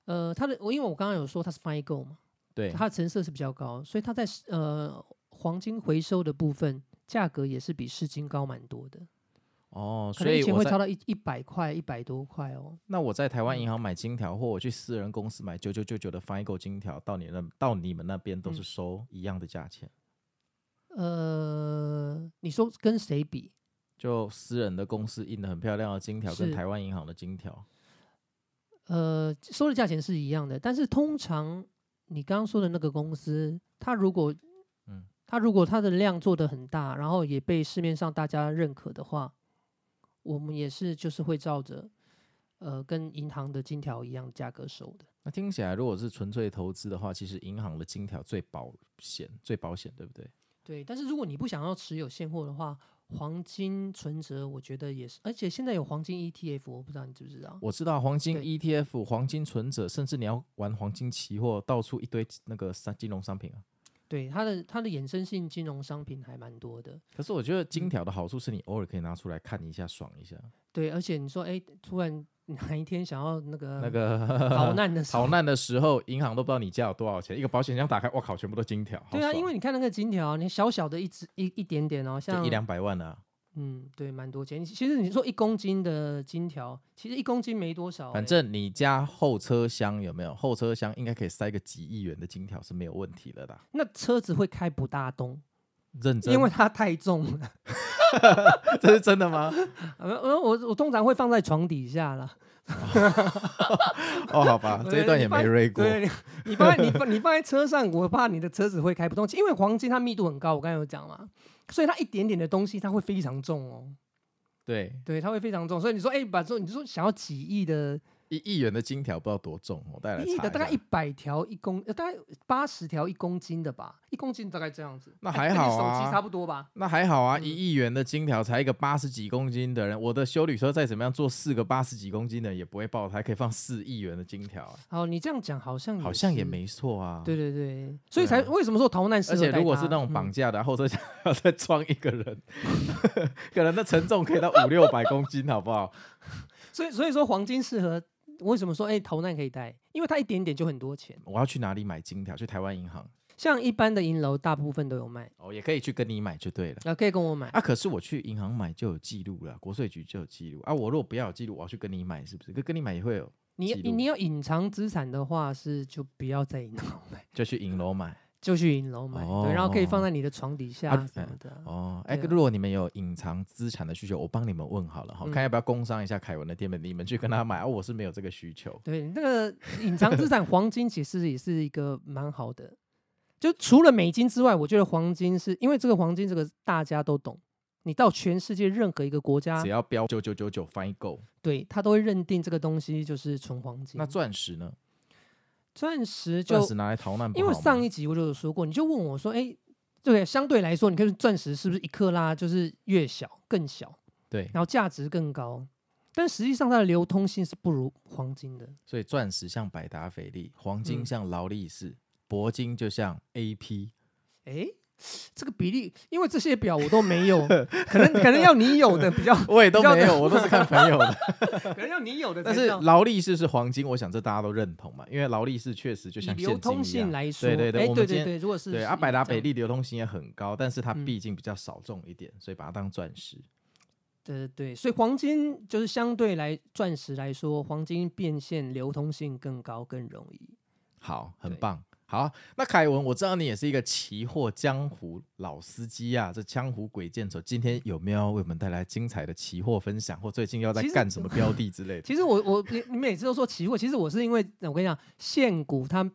Speaker 2: 呃，它的我因为我刚刚有说它是 fine gold 嘛，
Speaker 1: 对，
Speaker 2: 它的成色是比较高，所以它在市呃黄金回收的部分价格也是比市金高蛮多的，
Speaker 1: 哦，
Speaker 2: 可
Speaker 1: 所
Speaker 2: 能以
Speaker 1: 以
Speaker 2: 前
Speaker 1: 我
Speaker 2: 会超
Speaker 1: 在
Speaker 2: 到一一百块、一百多块哦。
Speaker 1: 那我在台湾银行买金条，或我去私人公司买九九九九的 FIGO 金条，到你那到你们那边都是
Speaker 2: 嗯
Speaker 1: 收一样的价钱。
Speaker 2: 呃，你说跟谁比？
Speaker 1: 就私人的公司印的很漂亮的金条，跟
Speaker 2: 是
Speaker 1: 台湾银行的金条，
Speaker 2: 呃，收的价钱是一样的，但是通常你刚刚说的那个公司，它如果
Speaker 1: 嗯
Speaker 2: 它如果它的量做得很大，然后也被市面上大家认可的话，我们也是就是会照着呃跟银行的金条一样价格收的。
Speaker 1: 那听起来，如果是纯粹投资的话，其实银行的金条最保险，最保险，对不对？
Speaker 2: 对，但是如果你不想要持有现货的话，黄金存折我觉得也是，而且现在有黄金 ETF，我不知道你知不知道？
Speaker 1: 我知道黄金
Speaker 2: 对
Speaker 1: ETF、黄金存折，甚至你要玩黄金期货，到处一堆那个商金融商品啊。
Speaker 2: 对，它的它的衍生性金融商品还蛮多的。
Speaker 1: 可是我觉得
Speaker 2: 嗯
Speaker 1: 金条的好处是你偶尔可以拿出来看一下，爽一下。
Speaker 2: 对，而且你说，哎，突然哪一天想要那个
Speaker 1: 那个
Speaker 2: [LAUGHS] 逃
Speaker 1: [LAUGHS]
Speaker 2: 嗯难的时候
Speaker 1: 逃，难的时候，银行都不知道你家有多少钱，一个保险箱打开，哇靠，全部都金条。好
Speaker 2: 对啊，
Speaker 1: 爽
Speaker 2: 因为你看那个金条，你小小的一只一一点点哦，
Speaker 1: 就
Speaker 2: 像
Speaker 1: 一两百万啊，
Speaker 2: 嗯，对，蛮多钱。其实你说一公斤的金条，其实一公斤没多少、欸
Speaker 1: 反
Speaker 2: 诶
Speaker 1: 正你家后车厢有没有？后车厢应该可以塞个几亿元的金条是没有问题的啦。
Speaker 2: 那车子会开不大动，
Speaker 1: 认真，
Speaker 2: 因为它太重了。 [LAUGHS]
Speaker 1: 这是真的吗？
Speaker 2: 呃，我我我通常会放在床底下啦。
Speaker 1: [LAUGHS] 哦，好吧，这一段也没瑞过。
Speaker 2: 对， [LAUGHS] 你你放在你放你放在车上，我怕你的车子会开不动，因为黄金它密度很高，我刚才有讲嘛，所以它一点点的东西它会非常重哦，
Speaker 1: 对，
Speaker 2: 对，它会非常重，所以你说，哎、把这你说想要几亿的，
Speaker 1: 一亿元的金条不知道多重，我带来查啊
Speaker 2: 一亿的大概一
Speaker 1: 一下。
Speaker 2: 百条一公，呃大概八十条一公斤的吧，一公斤大概这样子，
Speaker 1: 那
Speaker 2: 哎
Speaker 1: 还
Speaker 2: 跟你
Speaker 1: 好
Speaker 2: 手
Speaker 1: 啊
Speaker 2: 机差不多吧，
Speaker 1: 那还好啊，
Speaker 2: 嗯
Speaker 1: 一亿元的金条才一个八十几公斤的人，我的修理车再怎么样做四个八十几公斤的人也不会爆胎，还可以放四亿元的金条、啊，
Speaker 2: 好，你这样讲好像
Speaker 1: 好像也
Speaker 2: 嗯是，
Speaker 1: 没错啊。
Speaker 2: 对，对对，所以
Speaker 1: 对
Speaker 2: 才、
Speaker 1: 啊
Speaker 2: 为什么说逃难适
Speaker 1: 而
Speaker 2: 合
Speaker 1: 且
Speaker 2: 带
Speaker 1: 如果是
Speaker 2: 它
Speaker 1: 那种
Speaker 2: 嗯
Speaker 1: 绑架的，啊后车厢 [LAUGHS] 还要再装一个人， [LAUGHS] 可能那承重可以到五六百公斤，好不好？
Speaker 2: 所以所以说黄金适合，为什么说哎、逃难可以带？因为它一点点就很多钱，
Speaker 1: 我要去哪里买金条？去台湾银行
Speaker 2: 像一般的银楼大部分都有卖，
Speaker 1: 哦，也可以去跟你买就对了。
Speaker 2: 啊可以跟我买，
Speaker 1: 啊，可是我去银行买就有记录了，国税局就有记录啊。我如果不要有记录，我要去跟你买，是不是？跟跟你买也会有，
Speaker 2: 你
Speaker 1: 记
Speaker 2: 你
Speaker 1: 录
Speaker 2: 你要隐藏资产的话是就不要在银楼买，
Speaker 1: 就去银楼买
Speaker 2: 就去银楼买，对，然后可以放在你的床底下
Speaker 1: 哦啊
Speaker 2: 什么的啊。
Speaker 1: 哦。哎、
Speaker 2: 对啊
Speaker 1: 如果你们有隐藏资产的需求，我帮你们问好了哈，
Speaker 2: 嗯
Speaker 1: 看要不要工商一下凯文的店面，你们去跟他买啊。我是没有这个需求，
Speaker 2: 对，那个隐藏资产黄金其实也是一个蛮好的，就除了美金之外，我觉得黄金是因为这个黄金这个大家都懂，你到全世界任何一个国家
Speaker 1: 只，要标九九九九 Fine Go。
Speaker 2: 对他都会认定这个东西就是纯黄金。
Speaker 1: 那钻石呢？
Speaker 2: 钻石就
Speaker 1: 钻石拿来逃难不
Speaker 2: 因为
Speaker 1: 好吗
Speaker 2: 上一集我就有说过，你就问我说，哎、对，相对来说，你看钻石是不是一克拉就是越小更小，
Speaker 1: 对，
Speaker 2: 然后价值更高？但实际上它的流通性是不如黄金的。
Speaker 1: 所以钻石像百达翡丽，黄金
Speaker 2: 嗯
Speaker 1: 像劳力士，铂金就像 A P。
Speaker 2: 哎、这个比例，因为这些表我都没有，可能可能要你有
Speaker 1: [LAUGHS]
Speaker 2: 的比较，
Speaker 1: 我也都
Speaker 2: 比较
Speaker 1: 没有，我都是看朋友的。
Speaker 2: 可能要你有的才
Speaker 1: 但
Speaker 2: 知
Speaker 1: 是
Speaker 2: 道，
Speaker 1: 劳力士是黄金，我想这大家都认同嘛，因为劳力士确实就
Speaker 2: 以
Speaker 1: 像
Speaker 2: 流
Speaker 1: 现
Speaker 2: 通
Speaker 1: 金一
Speaker 2: 性
Speaker 1: 样。
Speaker 2: 来说，
Speaker 1: 对对对
Speaker 2: 哎
Speaker 1: 我
Speaker 2: 对
Speaker 1: 们
Speaker 2: 对
Speaker 1: 今
Speaker 2: 对，如果是
Speaker 1: 对
Speaker 2: 是
Speaker 1: 啊，
Speaker 2: 以
Speaker 1: 百达
Speaker 2: 这样
Speaker 1: 翡丽流通性也很高，但是它
Speaker 2: 嗯
Speaker 1: 毕竟比较少众一点，所以把它当钻石。
Speaker 2: 对对对，所以黄金就是相对来钻石来说，黄金变现流通性更高、更容易。
Speaker 1: 好，很
Speaker 2: 对
Speaker 1: 棒。好，那凯文，我知道你也是一个期货江湖老司机啊，这江湖鬼见愁，今天有没有为我们带来精彩的期货分享，或最近要在
Speaker 2: 其实
Speaker 1: 干什么标的之类的？
Speaker 2: 其实我我你你每次都说期货，其实我是因为我跟你讲，现股它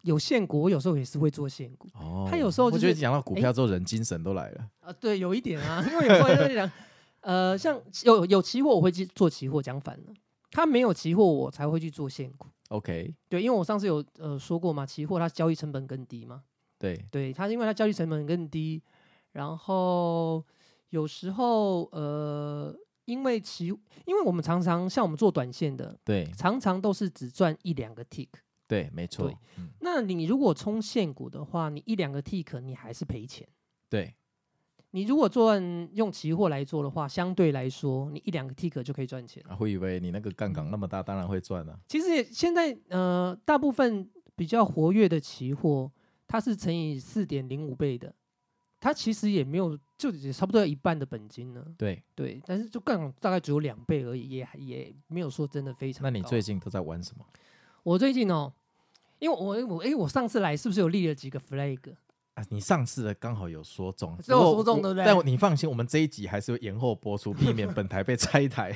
Speaker 2: 有现股，我有时候也是会做现股
Speaker 1: 哦
Speaker 2: 他有时候
Speaker 1: 我
Speaker 2: 就
Speaker 1: 觉得
Speaker 2: 是
Speaker 1: 讲到股
Speaker 2: 哎
Speaker 1: 票之后，人精神都来了。
Speaker 2: 啊、对，有一点啊， [LAUGHS] 因为有时候在讲，呃，像有有期货我会去做期货，讲反了，它没有期货我才会去做现股。
Speaker 1: OK，
Speaker 2: 对，因为我上次有呃说过嘛，期货它交易成本更低嘛，
Speaker 1: 对，
Speaker 2: 对，它是因为它交易成本更低，然后有时候呃，因为其因为我们常常像我们做短线的，
Speaker 1: 对，
Speaker 2: 常常都是只赚一两个 tick。
Speaker 1: 对，没错
Speaker 2: 对，
Speaker 1: 嗯，
Speaker 2: 那你如果冲现股的话，你一两个 tick 你还是赔钱。
Speaker 1: 对，
Speaker 2: 你如果做用期货来做的话，相对来说你一两个 tick 就可以赚钱。
Speaker 1: 啊，会以为你那个杠杆那么大，当然会赚啊。
Speaker 2: 其实也现在呃，大部分比较活跃的期货，它是乘以四点零五倍的，它其实也没有，就也差不多要一半的本金呢。
Speaker 1: 对，
Speaker 2: 对，但是就杠杆大概只有两倍而已，也也没有说真的非常高。
Speaker 1: 那你最近都在玩什么？
Speaker 2: 我最近哦，因为我我哎、我上次来是不是有立了几个 flag？
Speaker 1: 啊，你上次的刚好有说中，
Speaker 2: 这我
Speaker 1: 如果
Speaker 2: 说中
Speaker 1: 我
Speaker 2: 对不对
Speaker 1: 但你放心，我们这一集还是会延后播出，避免本台被拆台。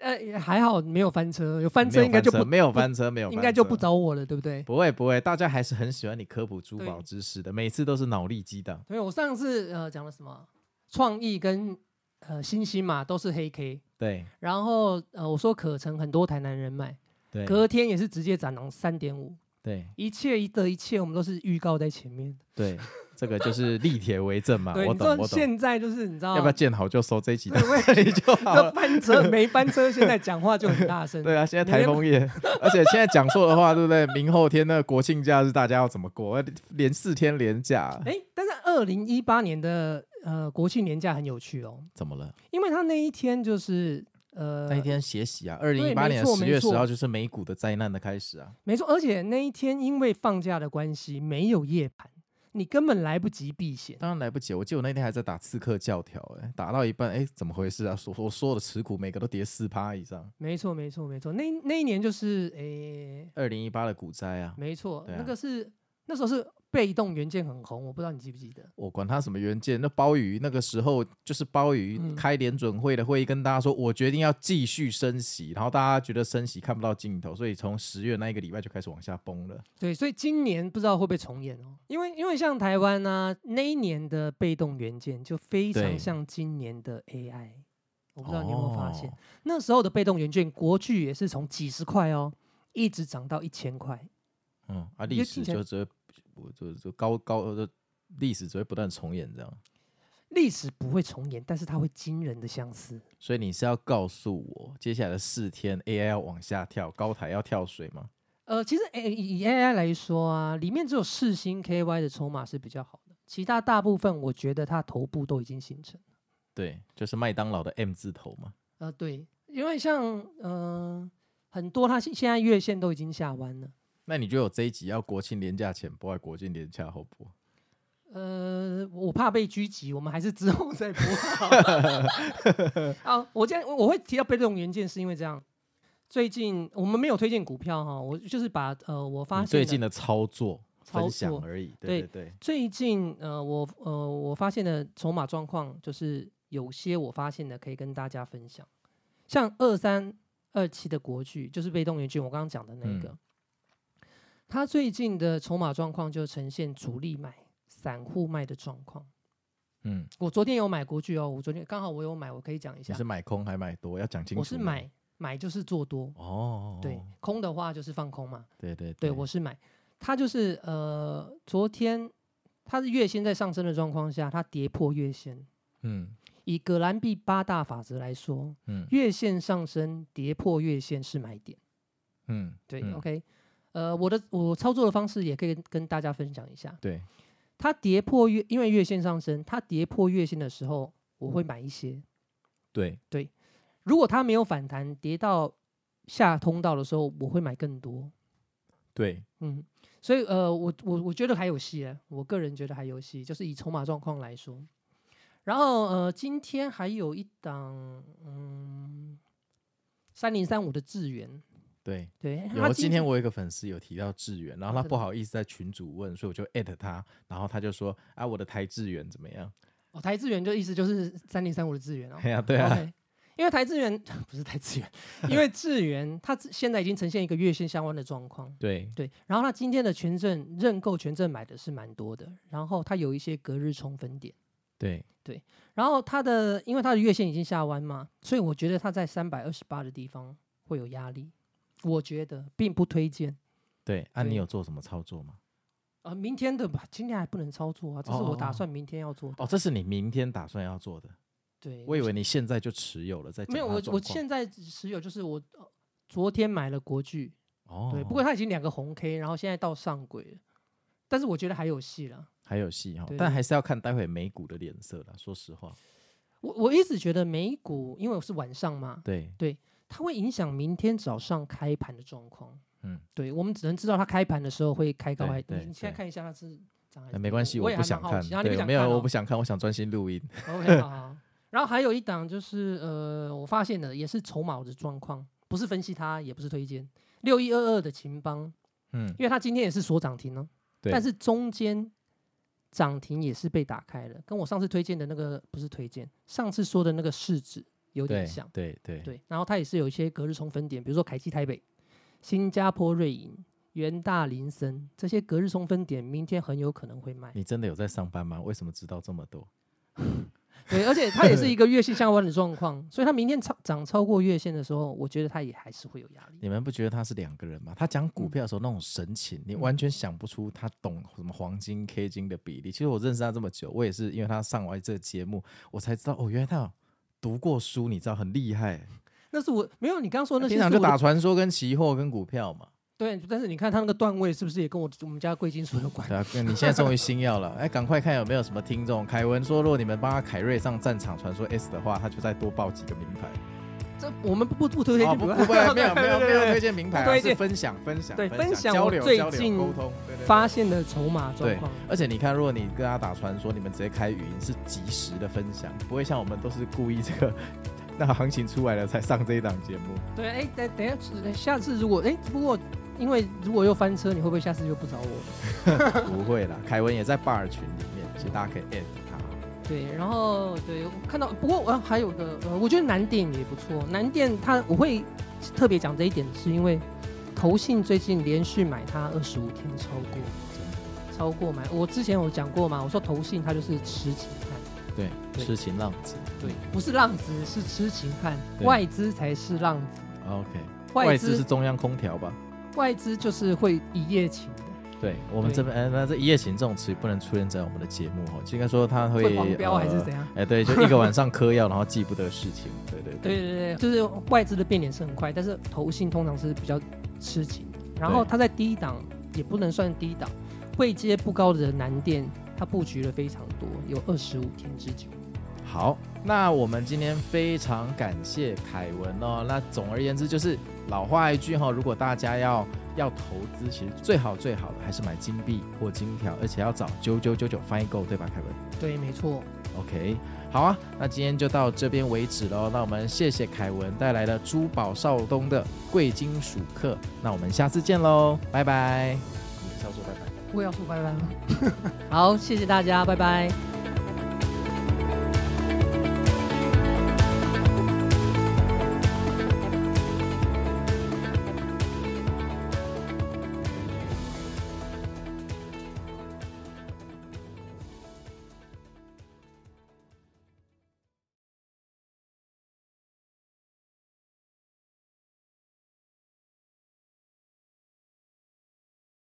Speaker 2: 呃，也还好没有翻车，有 [LAUGHS] 翻车应该就不
Speaker 1: 没有翻车，没有翻车，没有
Speaker 2: 应
Speaker 1: 翻
Speaker 2: 该就
Speaker 1: 车
Speaker 2: 不。找我了，对不对？
Speaker 1: 不会不会，大家还是很喜欢你科普珠
Speaker 2: 对
Speaker 1: 宝知识的，每次都是脑力激荡。
Speaker 2: 对，我上次呃讲了什么创意跟呃星星嘛都是黑 K，
Speaker 1: 对
Speaker 2: 然后呃，我说可成很多台南人买，
Speaker 1: 对
Speaker 2: 隔天也是直接涨到三点五，
Speaker 1: 对
Speaker 2: 一切一的一切，我们都是预告在前面的。
Speaker 1: 对，这个就是力铁为证嘛。
Speaker 2: 对，
Speaker 1: 啊我
Speaker 2: 你
Speaker 1: 懂
Speaker 2: 说
Speaker 1: 我懂。
Speaker 2: 现在就是你知道，
Speaker 1: 要不要见好就收这一集到
Speaker 2: 对我也
Speaker 1: 这里就好
Speaker 2: [LAUGHS] 这
Speaker 1: 了？
Speaker 2: 翻车没翻车，现在讲话就很大
Speaker 1: [LAUGHS]
Speaker 2: 声。
Speaker 1: 对啊，现在
Speaker 2: 你
Speaker 1: 台
Speaker 2: 连
Speaker 1: 风 [LAUGHS] 夜，而且现在讲错的话，对不对？明后天那个国庆假日大家要怎么过？呃连四天连假，
Speaker 2: 哎，但是二零一八年的呃国庆年假很有趣哦，
Speaker 1: 怎么了？
Speaker 2: 因为他那一天就是呃
Speaker 1: 那一，天血洗啊！二零一
Speaker 2: 对
Speaker 1: 八
Speaker 2: 没
Speaker 1: 年
Speaker 2: 错
Speaker 1: 十
Speaker 2: 没
Speaker 1: 月十号
Speaker 2: 错
Speaker 1: 就是美股的灾难的开始啊！
Speaker 2: 没错，而且那一天因为放假的关系没有夜盘，你根本来不及避险。
Speaker 1: 当然来不及，我记得我那天还在打刺客教条、哎，打到一半，哎、怎么回事啊？所我所有的持股每个都跌四趴以上，
Speaker 2: 没错，没错，没错，那那一年就是诶。
Speaker 1: 二零一八的股灾啊！
Speaker 2: 没错，
Speaker 1: 对啊
Speaker 2: 那个是那时候是被动元件很红，我不知道你记不记得。
Speaker 1: 我管它什么原件，那鲍鱼那个时候就是鲍鱼
Speaker 2: 嗯
Speaker 1: 开联准会的会议，跟大家说我决定要继续升息，然后大家觉得升息看不到尽头，所以从十月那一个礼拜就开始往下崩了。
Speaker 2: 对，所以今年不知道会不会重演哦，因为因为像台湾呢、那一年的被动元件就非
Speaker 1: 对
Speaker 2: 常像今年的 AI，我不知道你有没有发现，
Speaker 1: 哦
Speaker 2: 那时候的被动元件国巨也是从几十块哦，一直涨到一千块。
Speaker 1: 嗯，啊，
Speaker 2: 因
Speaker 1: 历
Speaker 2: 为
Speaker 1: 史
Speaker 2: 听起来
Speaker 1: 就只会我就就高高呃历史只会不断重演这样，
Speaker 2: 历史不会重演，但是它会惊人的相似。
Speaker 1: 所以你是要告诉我，接下来的四天 AI 要往下跳，高台要跳水吗？
Speaker 2: 呃，其实 A 以 AI 来说啊，里面只有世星 KY 的筹码是比较好的，其他大部分我觉得它头部都已经形成。
Speaker 1: 对，就是麦当劳的 M 字头嘛。
Speaker 2: 呃，对，因为像呃很多它现现在月线都已经下弯了，
Speaker 1: 那你觉得我这一集要国庆连假前播，还是国庆连假后播？
Speaker 2: 呃，我怕被狙击，我们还是之后再播好了。好，我今天我会提到被动元件，是因为这样，最近我们没有推荐股票哈，我就是把呃我发
Speaker 1: 你
Speaker 2: 现
Speaker 1: 最近
Speaker 2: 的
Speaker 1: 的操作
Speaker 2: 操
Speaker 1: 分享
Speaker 2: 作
Speaker 1: 而已。对
Speaker 2: 对
Speaker 1: 对对，
Speaker 2: 最近呃我呃我发现的筹码状况，就是有些我发现的可以跟大家分享，像二三二七的国巨，就是被动元件，我刚刚讲的那
Speaker 1: 嗯
Speaker 2: 个，它最近的筹码状况就呈现主力买、散户卖的状况。
Speaker 1: 嗯，
Speaker 2: 我昨天有买国巨哦，我昨天刚好我有买，我可以讲一
Speaker 1: 你
Speaker 2: 下
Speaker 1: 是，买空还买多？要讲清楚。
Speaker 2: 我是。买买就是做多，
Speaker 1: 哦，
Speaker 2: 对，空的话就是放空嘛，
Speaker 1: 对对
Speaker 2: 对，我是买，它就是呃，昨天它是月线在上升的状况下，它跌破月线。
Speaker 1: 嗯
Speaker 2: 以葛兰碧八大法则来说，
Speaker 1: 嗯
Speaker 2: 月线上升，跌破月线是买点。
Speaker 1: 嗯，
Speaker 2: 对、
Speaker 1: 嗯
Speaker 2: o k 呃，我的我操作的方式也可以跟大家分享一下。
Speaker 1: 对
Speaker 2: 它跌破月，因为月线上升，它跌破月线的时候，我会买一些。
Speaker 1: 对，
Speaker 2: 如果它没有反弹，跌到下通道的时候，我会买更多。
Speaker 1: 对，
Speaker 2: 嗯，所以呃，我我我觉得还有戏啊，我个人觉得还有戏，就是以筹码状况来说。然后呃，今天还有一档，嗯，三零三五的智源，
Speaker 1: 对。
Speaker 2: 对，
Speaker 1: 有啊
Speaker 2: 它
Speaker 1: 今天我有一个粉丝有提到智远，
Speaker 2: 哦
Speaker 1: 然后他不好意思在群主问，所以我就艾特他，然后他就说啊，我的台智远怎么样？
Speaker 2: 哦，台智源就意思就是三零三五的智源哦。
Speaker 1: 哎呀， [LAUGHS] 对啊，
Speaker 2: OK，因为台智源 [LAUGHS] 不是台智源，因为智源它自现在已经呈现一个月线相关的状况。
Speaker 1: 对
Speaker 2: 对，然后它今天的权证认购权证买的是蛮多的，然后它有一些隔日冲分点，
Speaker 1: 对
Speaker 2: 然后它的因为它的月线已经下弯嘛，所以我觉得它在三百二十八的地方会有压力，我觉得并不推荐。
Speaker 1: 对，啊，你
Speaker 2: 对
Speaker 1: 有做什么操作吗？
Speaker 2: 呃，明天的吧，今天还不能操作啊，这是我
Speaker 1: 哦
Speaker 2: 打算明天要做的。
Speaker 1: 哦，这是你明天打算要做的，
Speaker 2: 对，
Speaker 1: 我以为你现在就持有了，在
Speaker 2: 没有我我现在持有就是我呃昨天买了国巨，
Speaker 1: 哦，
Speaker 2: 对，不过它已经两个红 K，然后现在到上轨了，但是我觉得还有戏了。
Speaker 1: 还有戏哈
Speaker 2: 对，
Speaker 1: 但还是要看待会美股的脸色了。说实话，
Speaker 2: 我我一直觉得美股，因为我是晚上嘛，
Speaker 1: 对
Speaker 2: 它会影响明天早上开盘的状况。
Speaker 1: 嗯，
Speaker 2: 对，我们只能知道它开盘的时候会开高
Speaker 1: 对
Speaker 2: 还。
Speaker 1: 对
Speaker 2: 你现在
Speaker 1: 对
Speaker 2: 看一下它是涨还是
Speaker 1: 哎
Speaker 2: 跌？
Speaker 1: 没关系，
Speaker 2: 我
Speaker 1: 我
Speaker 2: 也
Speaker 1: 不
Speaker 2: 还
Speaker 1: 想
Speaker 2: 蛮好
Speaker 1: 看
Speaker 2: 奇，然后你不
Speaker 1: 对，
Speaker 2: 想
Speaker 1: 没有，
Speaker 2: 看
Speaker 1: 我
Speaker 2: 哦
Speaker 1: 不想看，我想专心
Speaker 2: [LAUGHS]
Speaker 1: 录音。
Speaker 2: OK，好好
Speaker 1: [LAUGHS]
Speaker 2: 好。然后还有一档就是呃，我发现的也是筹码的状况，不是分析它，也不是推荐六一二二的秦邦，
Speaker 1: 嗯，
Speaker 2: 因为它今天也是锁涨停呢、
Speaker 1: 对，
Speaker 2: 但是中间涨停也是被打开了，跟我上次推荐的那个不是推荐，上次说的那个市值有点
Speaker 1: 对
Speaker 2: 像。
Speaker 1: 对对
Speaker 2: 对，然后它也是有一些隔日冲分点，比如说凯基台北、新加坡瑞银、元大林森这些隔日冲分点，明天很有可能会卖。
Speaker 1: 你真的有在上班吗？为什么知道这么多？
Speaker 2: 对，而且它
Speaker 1: [LAUGHS]
Speaker 2: 也是一个月线相关的状况，所以它明天超涨超过月线的时候，我觉得它也还是会有压力。
Speaker 1: 你们不觉得他是两个人吗？他讲股
Speaker 2: 嗯
Speaker 1: 票的时候那种神情，你
Speaker 2: 嗯
Speaker 1: 完全想不出他懂什么黄金 K 金的比例。其实我认识他这么久，我也是因为他上完这个节目，我才知道哦，原来他有读过书，你知道很厉害。
Speaker 2: 那是我没有你刚刚说哦
Speaker 1: 他
Speaker 2: 那些
Speaker 1: 平常
Speaker 2: 是
Speaker 1: 就
Speaker 2: 我的
Speaker 1: 打传说跟期货跟股票嘛。
Speaker 2: 对，但是你看它那个段位是不是也跟我我们家贵金属有关？
Speaker 1: 对啊，跟你现在终于星耀了，哎，赶快看有没有什么听众。凯文说，如果你们帮他凯瑞上战场传说 S 的话，他就再多报几个名牌。
Speaker 2: 这我们不不不推荐
Speaker 1: 哦不
Speaker 2: 股票，
Speaker 1: 不，不没有没有没有没有推
Speaker 2: [LAUGHS] 对
Speaker 1: 荐名牌
Speaker 2: 不
Speaker 1: 啊，
Speaker 2: 推
Speaker 1: 是
Speaker 2: 荐
Speaker 1: 分享分享
Speaker 2: 对
Speaker 1: 分
Speaker 2: 分享
Speaker 1: 交
Speaker 2: 我
Speaker 1: 流
Speaker 2: 最
Speaker 1: 交流
Speaker 2: 近
Speaker 1: 沟通，对对对
Speaker 2: 发现的筹码状
Speaker 1: 对
Speaker 2: 况。，
Speaker 1: 而且你看，如果你跟他打传说，你们直接开语音是及时的分享，不会像我们都是故意这个那行情出来了才上这一档节目。
Speaker 2: 对，哎，等等一下呃，下次如果哎，不过因为如果又翻车，你会不会下次就不找我了？
Speaker 1: 不会啦，凯文也在 bar 群里面，所以大家可以 at 他。
Speaker 2: 对，然后对我看到，不过我、呃、还有个呃，我觉得南电也不错，南电它我会特别讲这一点，是因为投信最近连续买它二十五天超过，超过买。我之前有讲过嘛，我说投信它就是吃情汉，
Speaker 1: 对，
Speaker 2: 对
Speaker 1: 痴情浪子。
Speaker 2: 对，不是浪子，是吃情汉，
Speaker 1: 对
Speaker 2: 外资才是浪子，
Speaker 1: 嗯，OK。
Speaker 2: 外
Speaker 1: 外资
Speaker 2: 资
Speaker 1: 是中央空调吧？
Speaker 2: 外资就是会一夜情的。
Speaker 1: 对我们
Speaker 2: 对
Speaker 1: 这边，哎，那这一夜情这种词不能出现在我们的节目哦，就应该说他会
Speaker 2: 会黄标还是
Speaker 1: 呃
Speaker 2: 怎样？
Speaker 1: [LAUGHS] 哎，对，就一个晚上嗑
Speaker 2: [LAUGHS]
Speaker 1: 药，然后记不得事情。对对
Speaker 2: 对对对，就是外资的变脸是很快，但是投信通常是比较吃紧。然后它在低档也不能算低档，位阶不高的南电，它布局了非常多，有二十五天之久。
Speaker 1: 好，那我们今天非常感谢凯文哦。那总而言之，就是老话一句哈、如果大家要要投资，其实最好最好的还是买金币或金条，而且要找九九九九 Find Go，对吧，凯文
Speaker 2: 对，没错。
Speaker 1: ？OK，好啊，那今天就到这边为止喽。那我们谢谢凯文带来了珠宝少东的贵金属课，那我们下次见喽，拜嗯拜。你是要说拜拜。
Speaker 2: [LAUGHS] 我也要说拜拜吗？好，谢谢大家，拜拜。